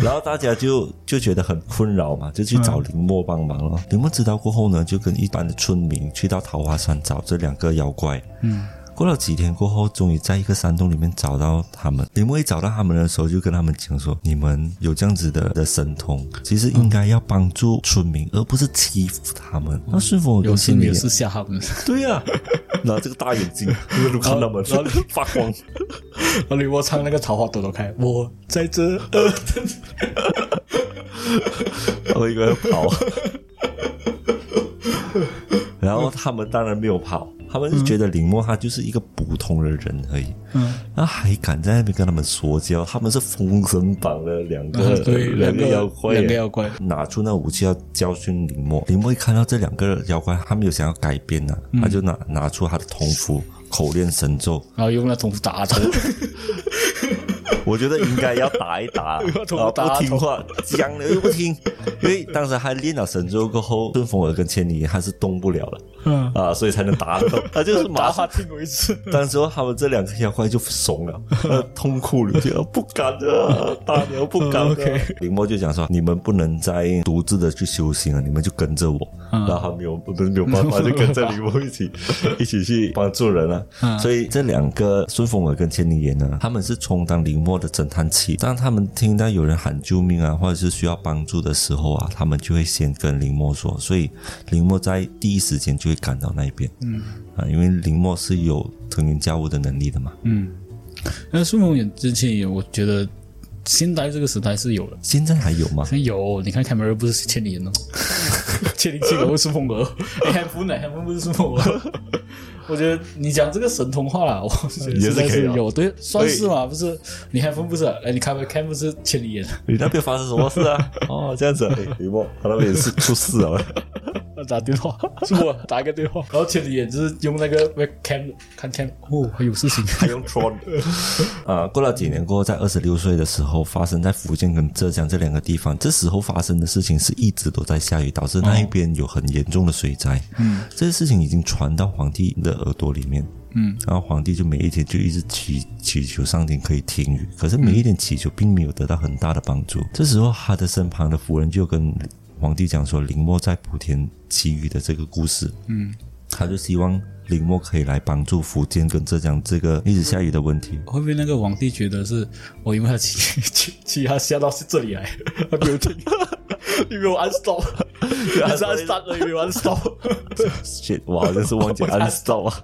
然后大家就就觉得很困扰嘛，就去找林默帮忙
嗯
了。林默知道过后呢，就跟一般的村民去到桃花山找这两个妖怪。嗯，过了几天过后，终于在一个山洞里面找到他们。林默一找到他们的时候，就跟他们讲说：“你们有这样子的的神通，其实应该要帮助村民，而不是欺负他们。那顺风 耳
嗯有
跟
事
千里
没
眼
事吓他们，
对呀、拿这个大眼 睛，一路看他们
然后然后
发光。
我李我唱那个桃花朵朵开，我在这呃，
他们应该 跑。然后他们当然没有跑，
嗯
他们就觉得林默他就是一个普通的人而已。嗯，那还敢在那边跟他们说教？他们是封神榜的两个、
啊对，
两
呃两
个
个
妖怪耶，
两个妖怪，
拿出那武器要教训林默。林默一看到这两个妖怪，他没有想要改变呢、
嗯
他就拿拿出他的铜符口令神咒。
然后用那铜斧打头，
我觉得应该 要打一打，
头
啊，
打
不听话，讲了又不 听，因为当时他练了神州过后，顺风耳跟千里眼他是动不了了，
嗯
啊，所以才能打得动，他 就是马
打
上
他。听过一次，
当时他们这两个妖 怪就怂了，呃，痛哭流涕，啊不敢啊，大牛不敢、啊。
嗯，OK
林默就讲说，你们不能再独自的去修行了，你们就跟着我。
嗯
然后他没有不是 没有办法，就跟着林默一起一起去帮助人啊。
嗯
所以这两个顺风耳跟千里眼呢，他们是充当林默的侦探器。当他们听到有人喊救命啊，或者是需要帮助的时候啊，他们就会先跟林默说，所以林默在第一时间就会赶到那边。嗯啊，因为林默是有腾云驾雾的能力的嘛。
那顺风眼之前也，我觉得现代这个时代是有的。
现在还有吗？
有，你看凯美瑞不是千里 眼哦，千里七个会顺风耳，哎，还不呢，还不是顺风 耳。我觉得你讲这个神通话啦，我觉得
也是
实在
可以
是
啊
有，对，算是嘛，不是你还分不是？哎，你凯美凯不 是千里眼，
你那边发生什么事啊？ 哦，这样子啊，哎林默他那边也是出事了。
打电话是我打一个电话，然后千里眼就是用那个 webcam 看 cam，哦，还有事情，
还用 Tron。啊，过了几年过后，在二十六岁的时候，发生在福建跟浙江这两个地方。这时候发生的事情是一直都在下雨，导致那一边有很严重的水灾。嗯，这些事情已经传到皇帝的耳朵里面。嗯，然后皇帝就每一天就一直祈祈求上天可以停雨，可是每一天祈求并没有得到很大的帮助。这时候，他的身旁的仆人就跟皇帝讲说，林默在莆田祈雨的这个故事。他就希望林默可以来帮助福建跟浙江这个一直下雨的问题。
会不会那个皇帝觉得是我因为他骑 骑骑他下到这里来，他没有 停，你没有 unstop，你是 unstop 的，你没有 unstop。
Shit，我好像是忘记
我我
按照啊。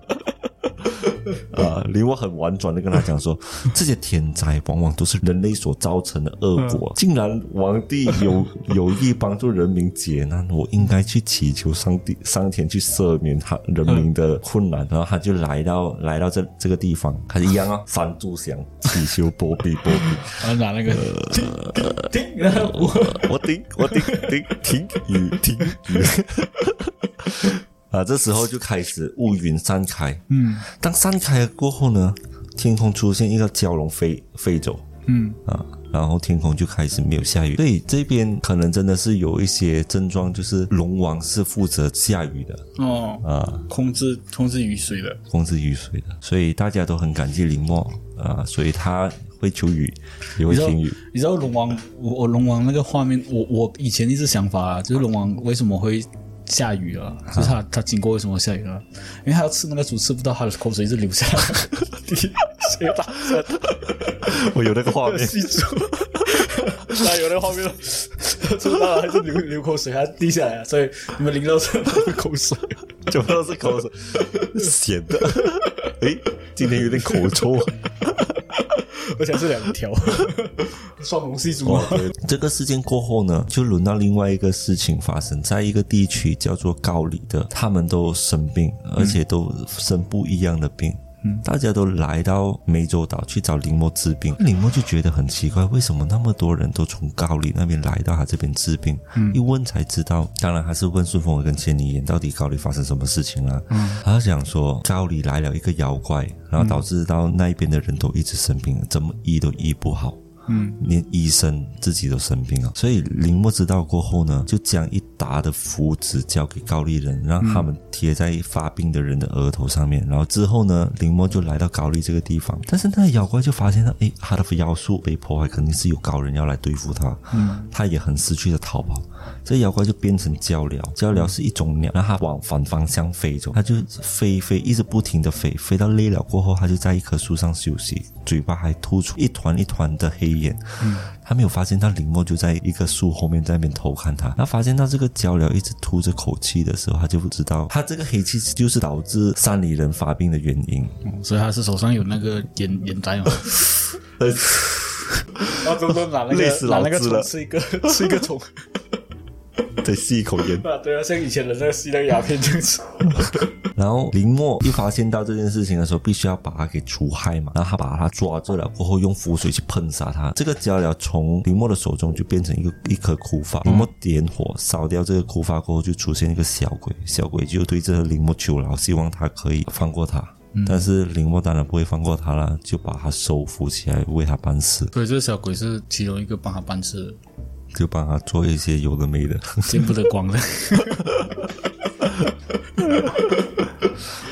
啊，离我很婉转的跟他讲说，这些天灾往往都是人类所造成的恶果。竟然皇帝有有意帮助人民解难，我应该去祈求上帝上天去赦免他人民的困难。然后他就来到来到这这个地方，还是一样啊，三炷香祈求波比波
然
比。
后拿那个叮叮叮，然后我
我顶我顶顶停雨停雨。啊，这时候就开始乌云散开。嗯，当散开了过后呢，天空出现一个蛟龙飞飞走。
嗯
啊，然后天空就开始没有下雨。所以这边可能真的是有一些症状，就是龙王是负责下雨的
哦，
啊，
控制控制雨水的，
控制雨水的，所以大家都很感激林默啊，所以他会求雨，也会
你知道
停雨。
你知道龙王，我我龙王那个画面，我我以前一直想法、啊，就是龙王为什么会下雨啊？就是他他经过为什么下雨啊？因为他要吃那个猪吃不到，他的口水一直流下来， 谁打
我有那个画面，
记住？ 他有那个画面了，吃不到还是流流口水，还滴下来啊，所以你们淋到是口水。
就不知道是口水， 咸的。 诶，今天有点口臭。啊
而且是两条， 双龙戏珠啊
哦
嘛，
对 这个事件过后呢，就轮到另外一个事情发生，在一个地区叫做高里的，他们都生病，而且都生不一样的病。大家都来到湄洲岛去找林默治病，林默就觉得很奇怪，为什么那么多人都从高丽那边来到他这边治病？一问才知道，当然他是问顺风耳跟千里眼到底高丽发生什么事情了。他想说高丽来了一个妖怪，然后导致到那边的人都一直生病，怎么医都医不好。嗯，连医生自己都生病啊了，所以林默知道过后呢，就将一沓的符纸交给高丽人，让他们贴在发病的人的额头上面。然后之后呢，林默就来到高丽这个地方，但是那个妖怪就发现到，哎诶，他的妖术被破坏，肯定是有高人要来对付他。嗯，他也很识趣的逃跑。这妖怪就变成鹪鹩，鹪鹩是一种鸟，然后它往反方向飞走，它就飞飞，一直不停的飞，飞到累了过后，它就在一棵树上休息，嘴巴还吐出一团一团的黑烟。它没有发现到林默就在一个树后面在那边偷看它，然后发现到这个鹪鹩一直吐着口气的时候，它就不知道它这个黑气就是导致山里人发病的原 因。
所以他是手上有那个眼眼袋嘛，然后周周拿那
累死
个拿
老
那个
子
虫
了
吃一个 吃一个虫，
再吸一口烟，
啊，对啊，像以前的那个吸那个鸦片这样子，
然后林默一发现到这件事情的时候，必须要把他给除害嘛。然后他把他抓住了，过后用符水去喷杀他。这个鹪鹩从林默的手中就变成一个一颗枯发，林默点火烧掉这个枯发过后，就出现一个小鬼，小鬼就对这个林默求饶，希望他可以放过他。
嗯
但是林默当然不会放过他了，就把他收服起来，为他办事，
所以这个小鬼是其中一个帮他办事，
就帮他做一些有的没的。
见不得光的。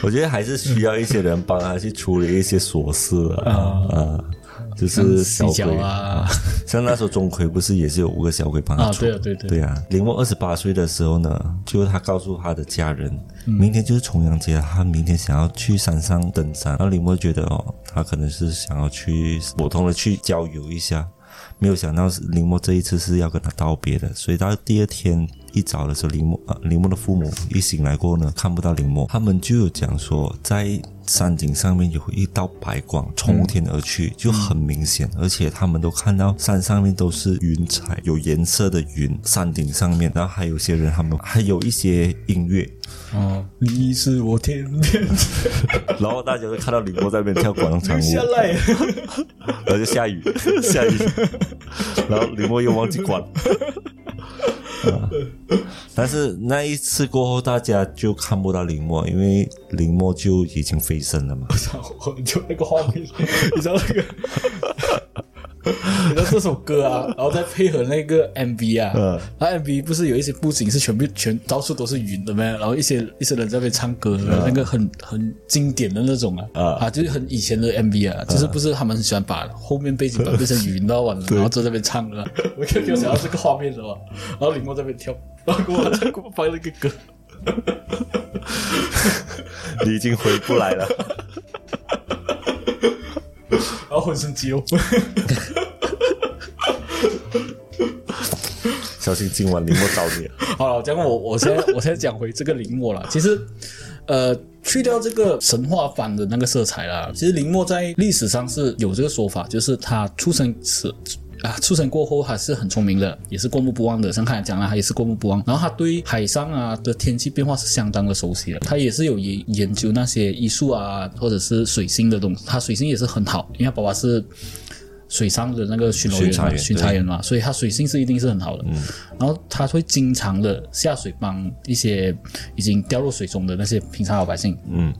我觉得还是需要一些人帮他去处理一些琐事啊，啊 就是小
像洗
鬼
脚啊，
像那时候钟馗不是也是有五个小鬼帮他
啊，
处
对
理？
啊，对对
对啊，林默二十八岁的时候呢，就是他告诉他的家人，明天就是重阳节了，他明天想要去山上登山。然后林默觉得哦，他可能是想要去普通的去郊游一下，没有想到是林默这一次是要跟他道别的，所以到第二天一早的时候，林默啊、林默的父母一醒来过后呢，看不到林默，他们就有讲说在。山顶上面有一道白光从天而去，就很明显，而且他们都看到山上面都是云彩，有颜色的云，山顶上面，然后还有些人，他们还有一些音乐，
哦，你是我天边
然后大家就看到林默在那边跳广场
留
舞，
下来，
然呃后就下雨， 下雨，然后林默又忘记关。啊但是那一次过后，大家就看不到林默，因为林默就已经飞升了嘛。
我就那个画面， 你知道那个，你知道这首歌啊，然后再配合那个 MV 啊
嗯，
然后 MV 不是有一些布景是全部全到处都是云的吗？然后一些一些人在那边唱歌，那个很很经典的那种啊，啊，就是很以前的 MV 啊，就是不是他们很喜欢把后面背景板变成云的完了，然后在那边唱啊，我就就想到这个画面的嘛，然后林默在那边跳，然后给我再给我放那个歌，
你已经回不来了。
然后浑身肌肉。
小心今晚林默找你。
好了，讲我我现在我现在讲回这个林默了。其实，呃，去掉这个神话版的那个色彩啦，其实林默在历史上是有这个说法，就是他出生时。啊，出生过后还是很聪明的，也是过目不忘的。像刚才讲了，他也是过目不忘。然后他对海上啊的天气变化是相当的熟悉的，他也是有研研究那些艺术啊，或者是水星的东西。他水星也是很好，因为他爸爸是水上的那个巡逻
巡
员嘛、
查员嗯
巡查员嘛，所以他水性是一定是很好的。然后他会经常的下水帮一些已经掉入水中的那些平常老百姓。
嗯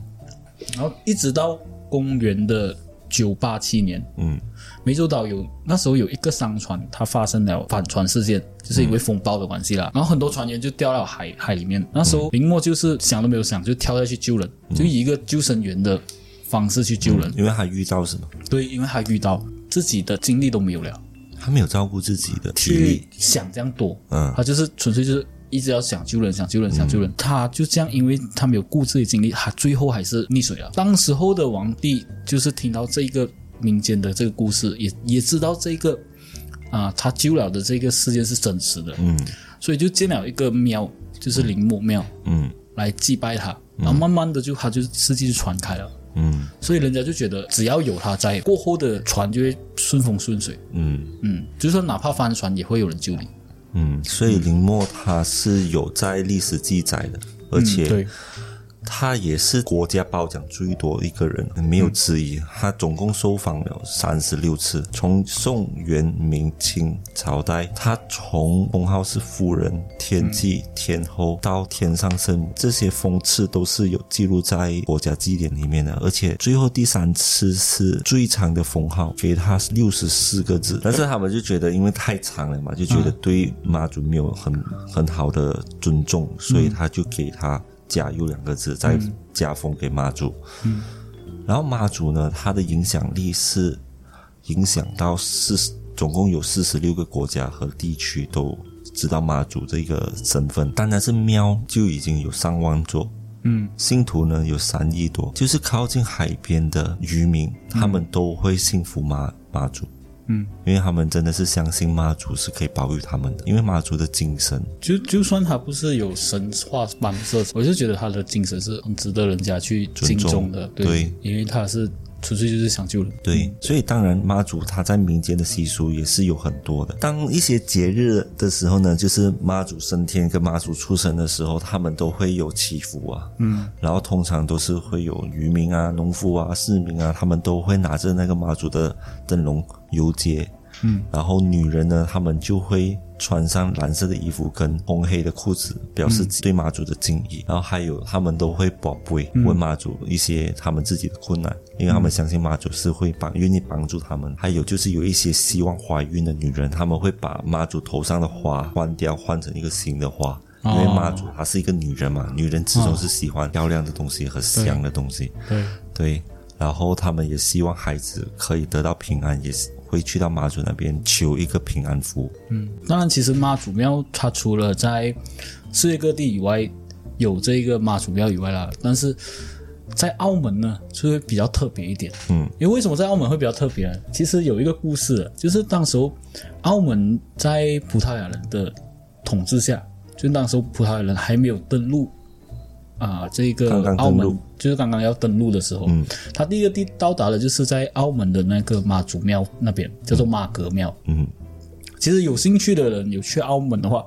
然后一直到公元的九八七年，
嗯
湄洲岛有那时候有一个商船，它发生了反船事件，就是因为风暴的关系
嗯
啦。然后很多船员就掉到海海里面，那时候林默就是想都没有想就跳下去救人，
嗯
就以一个救生员的方式去救人。
因为他遇到什么，
对，因为他遇到自己的精力都没有了，
他没有照顾自己的体
去
力，
想这样多，
嗯
他就是纯粹就是。一直要想救人，想救人，想救人，他就这样，因为他没有顾自己精力，他最后还是溺水了。当时候的王帝就是听到这一个民间的这个故事，也也知道这个啊，他救了的这个事件是真实的，
嗯
所以就建了一个庙，就是陵墓庙
嗯
来祭拜他。然后慢慢的就他就事迹就传开了，
嗯
所以人家就觉得只要有他在，过后的船就会顺风顺水。
嗯
嗯，就是说哪怕翻船也会有人救你。
嗯，所以林默他是有在历史记载的，而且
对，
他也是国家褒奖最多一个人，没有之一。他总共受访了三十六次，从宋元明清朝代，他从封号是夫人、天际、天后到天上圣母，这些封赐都是有记录在国家祭典里面的。而且最后第三次是最长的封号，给他六十四个字，但是他们就觉得因为太长了嘛，就觉得对妈祖没有很很好的尊重，所以他就给他。加油两个字，
嗯
再加封给妈祖。然后妈祖呢，它的影响力是影响到四十，总共有四十六个国家和地区都知道妈祖这个身份。单单是庙就已经有上万座，
嗯
信徒呢有三亿多，就是靠近海边的渔民，他们都会信服妈妈祖。
嗯，
因为他们真的是相信妈祖是可以保佑他们的，因为妈祖的精神
就就算他不是有神话般的色彩，我就觉得他的精神是很值得人家去敬重的。
尊重
对，因为他是纯粹就是想救人。
对，所以当然妈祖她在民间的习俗也是有很多的。当一些节日的时候呢，就是妈祖升天跟妈祖出生的时候，他们都会有祈福啊，嗯，然后通常都是会有渔民啊、农夫啊、市民啊，他们都会拿着那个妈祖的灯笼游街，嗯，然后女人呢，她们就会。穿上蓝色的衣服跟红黑的裤子，表示对妈祖的敬意。然后还有，他们都会宝贝问妈祖一些他们自己的困难，因为他们相信妈祖是会帮愿意帮助他们。还有就是有一些希望怀孕的女人，他们会把妈祖头上的花换掉，换成一个新的花。因为妈祖她是一个女人嘛，女人始终是喜欢漂亮的东西和香的东西。
对，
对，然后他们也希望孩子可以得到平安，也是会去到妈祖那边求一个平安符。
当然，其实妈祖庙它除了在世界各地以外有这个妈祖庙以外啦，但是在澳门呢就会比较特别一点。
嗯，
因为为什么在澳门会比较特别呢？其实有一个故事，就是当时候澳门在葡萄牙人的统治下，就当时候葡萄牙人还没有登陆啊、这个
刚刚登
澳门
陆
就是刚刚要登陆的时候，
嗯
他第一个地到达的就是在澳门的那个妈祖庙那边，叫做妈阁庙。
嗯
其实有兴趣的人有去澳门的话，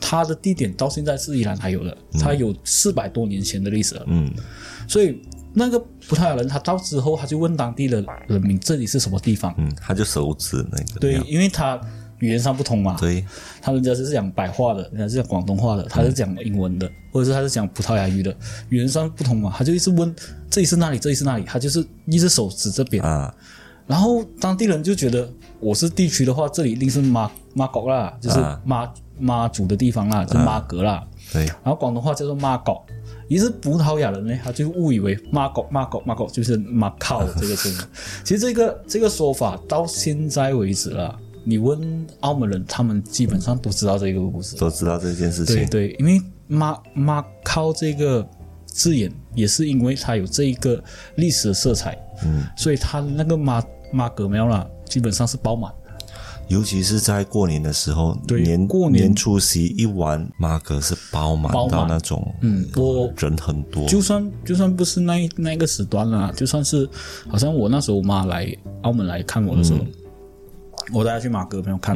它的地点到现在是依然还有的，它有四百多年前的历史了。
嗯
所以那个葡萄牙人他到之后，他就问当地的人民这里是什么地方？
嗯，他就手指那个
对
庙，
因为他语言上不通嘛，
对，嗯
他人家是讲白话的，人家是讲广东话的，他是讲英文的，或者是他是讲葡萄牙语的，语言上不通嘛，他就一直问这里是哪里，这里是哪里，他就是一只手指这边，
啊，
然后当地人就觉得我是地区的话，这里一定是妈妈狗啦，就是
啊
妈、妈祖的地方啦，就是妈格啦。
对，
然后广东话叫做妈狗，于是葡萄牙人呢，他就误以为妈狗妈狗妈狗就是妈靠这个字。其实这个这个说法到现在为止啦，你问澳门人，他们基本上都知道这个故事。
都知道这件事
对
情。
对，因为妈妈靠这个字眼，也是因为它有这一个历史的色彩，
嗯，
所以它那个妈妈格庙啦，基本上是包满。
尤其是在过年的时候，
对
年
过年
除夕一玩，马哥是包满
包满
到那种，
嗯我
人很多，
就算就算不是那一那一个时段啦，就算是好像我那时候我妈来澳门来看我的时候，我带她去马哥朋友看，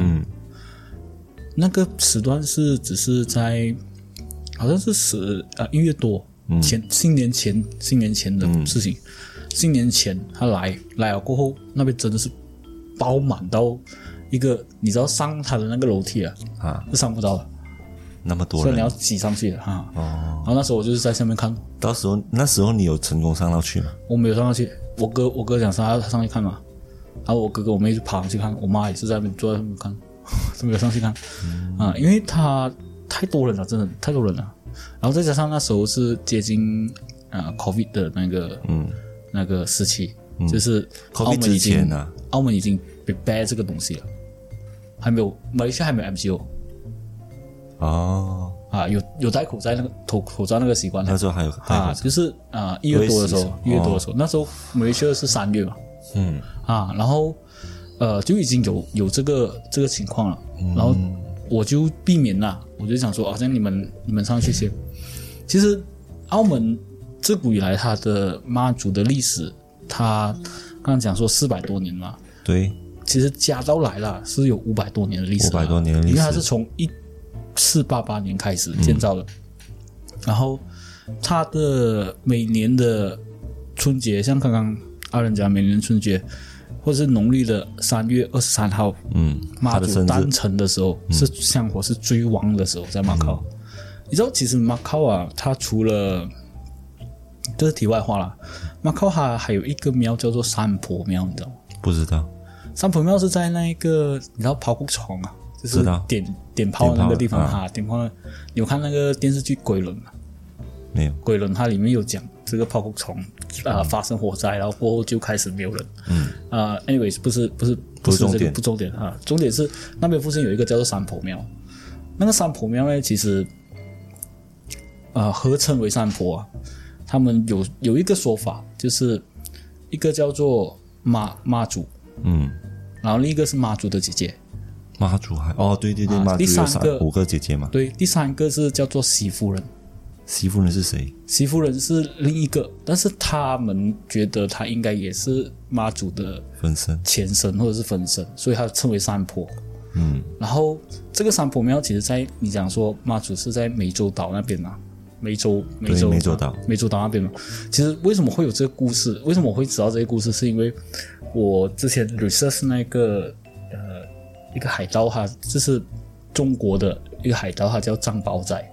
那个时段是只是在好像是十啊一月多前、新年前新年前的事情，新年前她来来了过后，那边真的是包满到一个，你知道上她的那个楼梯啊，
啊，
是上不到的，
那么多
所以你要
人。
挤上去的哈。然后那时候我就是在下面看。
到时候那时候你有成功上到去吗？
我没有上去，我哥我哥讲啥，他上去看嘛，然后我哥跟我妹就爬上去看，我妈也是在那边坐在那边看， 都没有上去看，
嗯
啊，因为他太多人了，真的太多人了，然后再加上那时候是接近啊 COVID 的那个嗯那个时期，就是澳
嗯 COVID
门
之
已
前啊
经
呢
澳门已经 prepare 这个东西了，还没有马来西亚还没有 MCO
哦，
啊，有有戴口罩那个口口罩那个习惯了
那时候还有戴口
啊，
罩
就是啊一、月多的时
不
候
会，
一、月多的时候，那时候马来西亚是三月嘛，
嗯，
啊，然后呃就已经有有这个这个情况了，然后我就避免了，我就想说，好、像你们你们上去先。其实澳门自古以来它的妈祖的历史，它刚刚讲说四百多年嘛，
对，
其实加到来了是有五百多年的历史了，
500多年的历史
因为它是从一四八八年开始建造的，
嗯
然后它的每年的春节，像刚刚阿仁讲，每年春节或者是农历的三月二十三号，
嗯，
妈
他的
祖
生
诞
日嗯
辰的时候，是香火是最旺的时候，在马考。你知道，其实马考啊，它除了这是题外话啦，马考它还有一个庙叫做三婆庙，你知道吗？
不知道，
三浦庙是在那一个你知道抛谷床啊，就是
知道
点点炮的那个地方
点炮
哈、点炮那。你有看那个电视剧《鬼轮》吗？
没有
《鬼轮》它里面有讲这个抛谷床
嗯
啊、发生火灾，然后过后就开始没有人。嗯。啊、a n y w a y s 不是不是不
是重
这个
点
不重点啊，重点是那边附近有一个叫做三浦庙，那个三浦庙呢，其实啊、合称为三浦啊，他们有有一个说法，就是一个叫做妈妈祖，
嗯，
然后另一个是妈祖的姐姐。
妈祖还哦，对对对，
啊
妈祖
第
有
三
三
个
五个姐姐嘛，
对，第三个是叫做媳妇人，
媳妇人是谁？
媳妇人是另一个，但是他们觉得她应该也是妈祖的
分身，
前身或者是分身，所以她称为三婆。嗯，然后这个三婆庙其实在你讲说妈祖是在湄洲岛那边嘛，湄洲湄洲
湄洲岛
湄洲岛那边嘛。其实为什么会有这个故事？为什么我会知道这些故事？是因为我之前 research 那个呃一个海盗哈，就是中国的一个海盗，他叫张宝仔。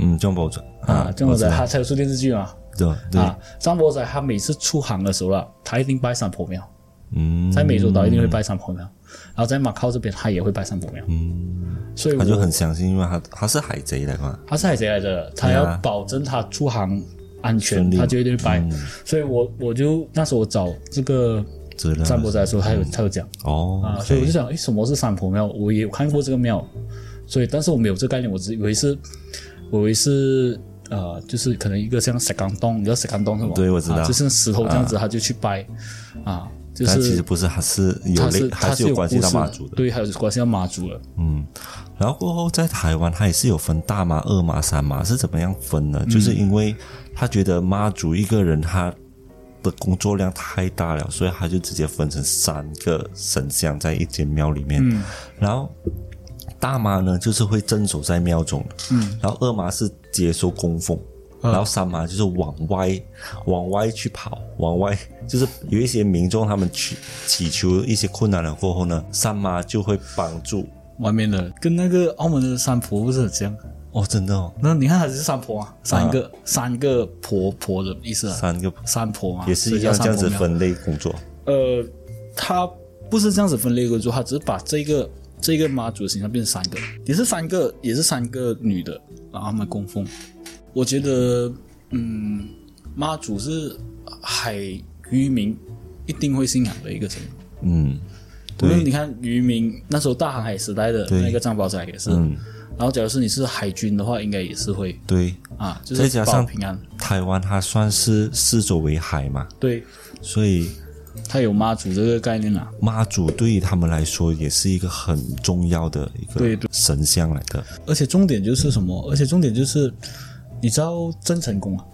嗯，张宝仔
啊，张
哦我
博
知
仔
道
他才有出电视剧嘛。
对对
啊，，张博仔他每次出航的时候啦，他一定拜三婆庙，
嗯，
在美洲岛一定会拜三婆庙，然后在马靠这边他也会拜三婆庙。嗯，所以我
他就很相信，因为他他是海贼来嘛，
他是海贼来的，他
对啊
要保证他出航安全
顺，利嗯
他就一定会拜。所以我我就那时候我找这个
知道
张博仔的时候，他有他有讲
哦
啊，所以我
OK，
就想，诶，什么是三婆庙？我也有看过这个庙，所以但是我没有这个概念，我只以为是，我以为是呃，就是可能一个像石岗洞，你知道石岗洞是吗？
对我知道
啊就是石头这样子，他就去拜啊，就
但其实
是
不是，还是有
他是
类，
他
还
是
有
故
关
事
系到妈祖的。
对，还有关系到妈祖了。
然后过后在台湾，他也是有分大妈、二妈、三妈，是怎么样分的？就是因为他觉得妈祖一个人他的工作量太大了，所以他就直接分成三个神像在一间庙里面。然后大妈呢，就是会镇守在庙中，嗯，啊然后二妈是接收供奉，然后三妈就是往外往外去跑，往外就是有一些民众他们去祈求一些困难了过后呢，三妈就会帮助。
外面的跟那个澳门的三婆不是很像？
哦，真的哦，
那你看他是三婆啊，三个、三个婆婆的意思啊，
三个
三婆啊，
也是
所以
一
叫
样
三
这样子
婆庙
分类工作。
呃，他不是这样子分类工作，他只是把这个这个妈祖的形象变成三个，也是三个，也是三个女的，啊然后他们供奉。我觉得，嗯，妈祖是海渔民一定会信仰的一个神。
嗯，
因为
对
你看渔民那时候大航海时代的
对嗯
那个张宝仔也是，然后假如是你是海军的话，应该也是会
对，
啊，就
再
是
加
保
上
平安。
台湾它算是四周围海嘛，
对，
所以
他有妈祖这个概念啊，
妈祖对于他们来说也是一个很重要的一
对
个
对
神像来的。
而且重点就是什么？而且重点就是，你知道郑成功啊？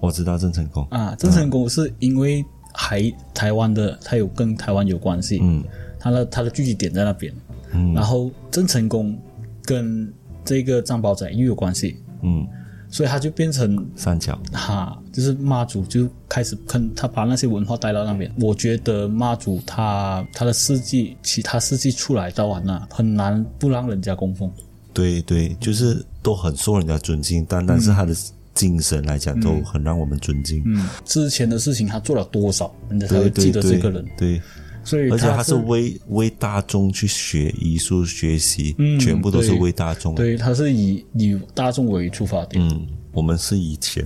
我知道郑成功，
啊，郑成功是因为还台湾的，他有跟台湾有关系，嗯，他的他的聚集点在那边，嗯，然后郑成功跟这个张宝仔又有关系，
嗯，
所以他就变成
三角
哈、就是妈祖就开始跟他把那些文化带到那边。我觉得妈祖他他的事迹，其他事迹出来到完了，很难不让人家供奉。
对对，就是都很受人家尊敬，单单是他的精神来讲，都很让我们尊敬。
嗯，之前的事情他做了多少，人家才会
对
记
对
得
对，
这个人。
对，
所以
而且他
是
是为为大众去学艺术、学习，全部都是
嗯对
为大众。，
对，他是以以大众为出发点，
嗯，我们是以前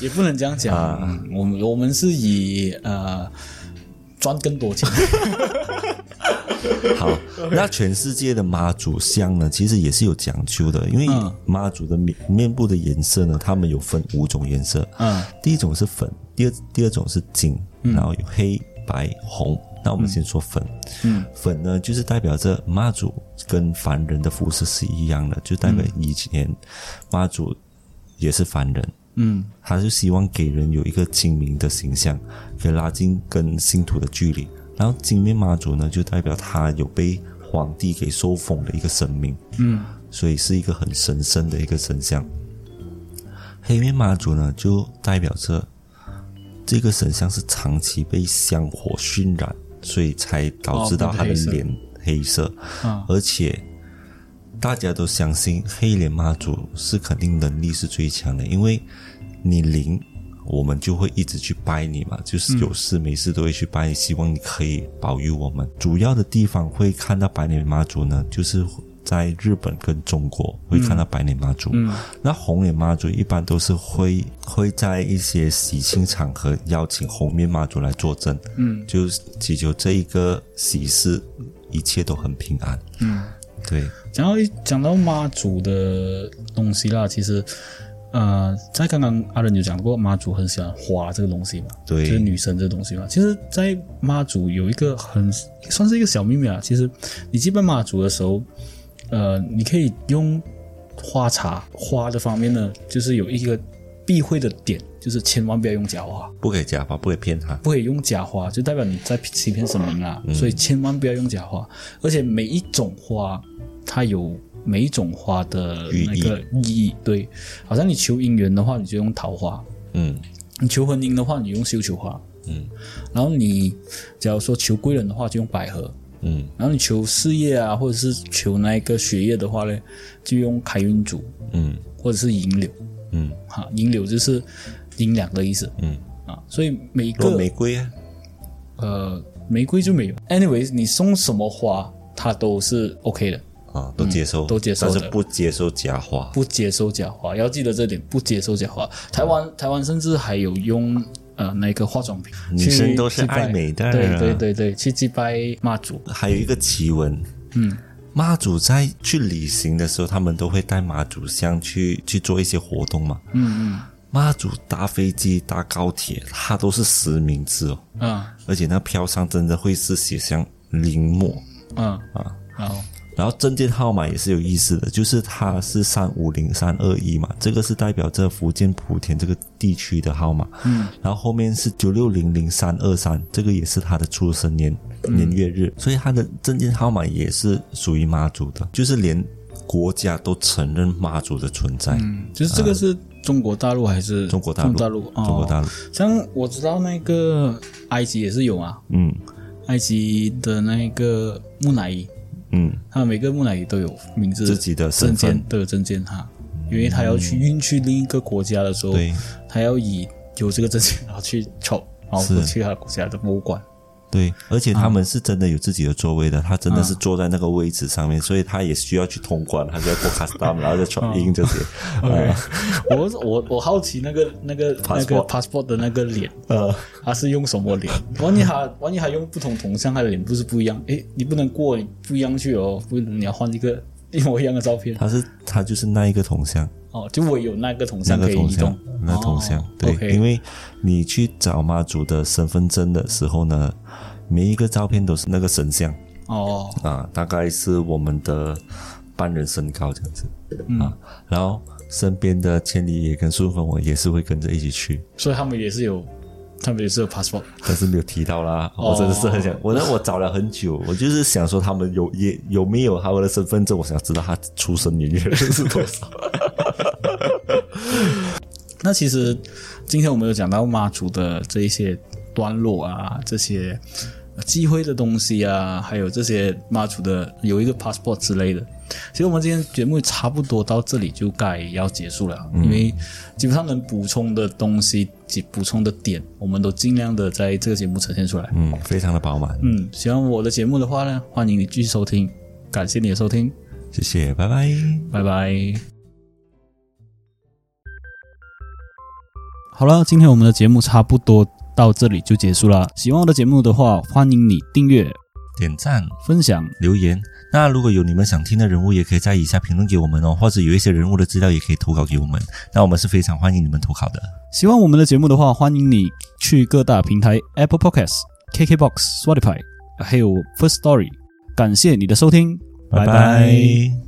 也不能这样讲。
啊
嗯我们我们是以呃赚更 多钱，
好，那全世界的妈祖像呢，其实也是有讲究的，因为
嗯
妈祖的面面部的颜色呢，他们有分五种颜色，
嗯，
第一种是粉，第二第二种是金，然后有黑白红。那我们先说粉，嗯，粉呢就是代表着妈祖跟凡人的服饰是一样的，就代表以前妈祖也是凡人，
嗯，
他就希望给人有一个精明的形象，可以拉近跟信徒的距离。然后金面妈祖呢，就代表他有被皇帝给收封的一个神明，嗯，所以是一个很神圣的一个神像。黑面妈祖呢，就代表着这个神像是长期被香火熏染，所以才导致到他的脸哦黑啊色，
嗯
而且大家都相信黑脸妈祖是肯定能力是最强的，因为你灵，我们就会一直去拜你嘛，就是有事没事都会去拜你，希望你可以保佑我们。主要的地方会看到白脸妈祖呢，就是。在日本跟中国会看到白脸妈祖，那红脸妈祖一般都是会会在一些喜庆场合邀请红面妈祖来作证，嗯，就是祈求这一个喜事一切都很平安，嗯，对，
讲到一讲到妈祖的东西啦，其实，呃，在刚刚阿仁有讲过，妈祖很喜欢花这个东西嘛，
对
就是女神这个东西嘛。其实，在妈祖有一个很算是一个小秘密啊。其实，你祭拜妈祖的时候，呃，你可以用花茶花的方面呢，就是有一个避讳的点，就是千万不要用假花。
不给假发，不给骗他。
不可以用假花，就代表你在欺骗神明
嗯
啦。所以千万不要用假花，而且每一种花它有每一种花的那个意义。对，好像你求姻缘的话，你就用桃花；
嗯，
你求婚姻的话，你用绣球花。
嗯，
然后你假如说求贵人的话，就用百合。
嗯，
然后你求事业啊，或者是求那个学业的话呢，就用开运竹
嗯，
或者是银柳。
嗯，
哈，银柳就是银两的意思。
嗯，
啊，所以每一个
落玫瑰啊，
呃，玫瑰就没有。Anyways，你送什么花，它都是 OK 的，
啊，都接受，嗯
都接受
但
的
是不接受假花。
不接受假花。要记得这点，不接受假花。台湾台湾甚至还有用呃那个化妆品
女
去祭拜，
生都是爱美的啊
对对对对，去祭拜妈祖。
还有一个奇闻，嗯，妈祖在去旅行的时候，他们都会带妈祖像去去做一些活动嘛。嗯嗯，妈祖搭飞机、搭高铁，它都是实名制哦，
嗯
而且那票上真的会是写上林墨。
嗯啊，然后
然后证件号码也是有意思的，就是它是三五零三二一嘛，这个是代表着福建莆田这个地区的号码。嗯，然后后面是九六零零三二三，这个也是他的出生年年月日，所以他的证件号码也是属于妈祖的，就是连国家都承认妈祖的存在。
嗯就是这个是中国大陆还是
中国大陆，
大陆，哦
中国大
陆。
陆，
像我知道那个埃及也是有啊，
嗯
埃及的那个木乃伊，
嗯，
他每个木乃伊都有名字、
自己的身
证
份
件都有证件哈，因为他要去运去另一个国家的时候，
对
他要以有这个证件然后去抽，然后
是
去他的国家的博物馆。
对，而且他们是真的有自己的座位的，他真的是坐在那个位置上面，所以他也需要去通关，他就要过 custom，然后再 check in 这些。啊
OK，我我我好奇那个那个那个
Passport
passport 的那个脸，
呃，
他是用什么脸？万一他万一他用不同铜像，他的脸不是不一样？诶，你不能过你不一样去哦，不，你要换一个一模一样的照片。
他是他就是那一个铜像，
哦，就我有那个铜
那
像
个
可以
铜
移动
像，，那铜像，
哦
对
OK
因为你去找妈祖的身份证的时候呢，每一个照片都是那个神像
哦，
啊，大概是我们的半人身高这样子、啊，然后身边的千里也跟顺风我也是会跟着一起去，
所以他们也是有，他们也是有 passport
但是没有提到啦，
哦
我真的是很想，我那我找了很久，我就是想说他们有也有没有他们的身份证，我想知道他出生年月日是多少。
那其实今天我们有讲到妈祖的这一些段落啊，这些呃机会的东西啊，还有这些妈祖的有一个 passport 之类的。其实我们今天节目差不多到这里就该要结束了，因为基本上能补充的东西、及补充的点，我们都尽量的在这个节目呈现出来。
嗯，非常的饱满，
嗯，喜欢我的节目的话呢，欢迎你继续收听，感谢你的收听，
谢谢，拜拜。
拜拜。好了，今天我们的节目差不多到这里就结束了。喜欢我的节目的话，欢迎你订阅、
点赞、
分享。
留言。那如果有你们想听的人物，也可以在以下评论给我们哦，或者有一些人物的资料也可以投稿给我们。那我们是非常欢迎你们投稿的。
喜欢我们的节目的话，欢迎你去各大平台 Apple Podcasts、KKBox、Spotify，还有 First Story。感谢你的收听，
拜
拜拜
拜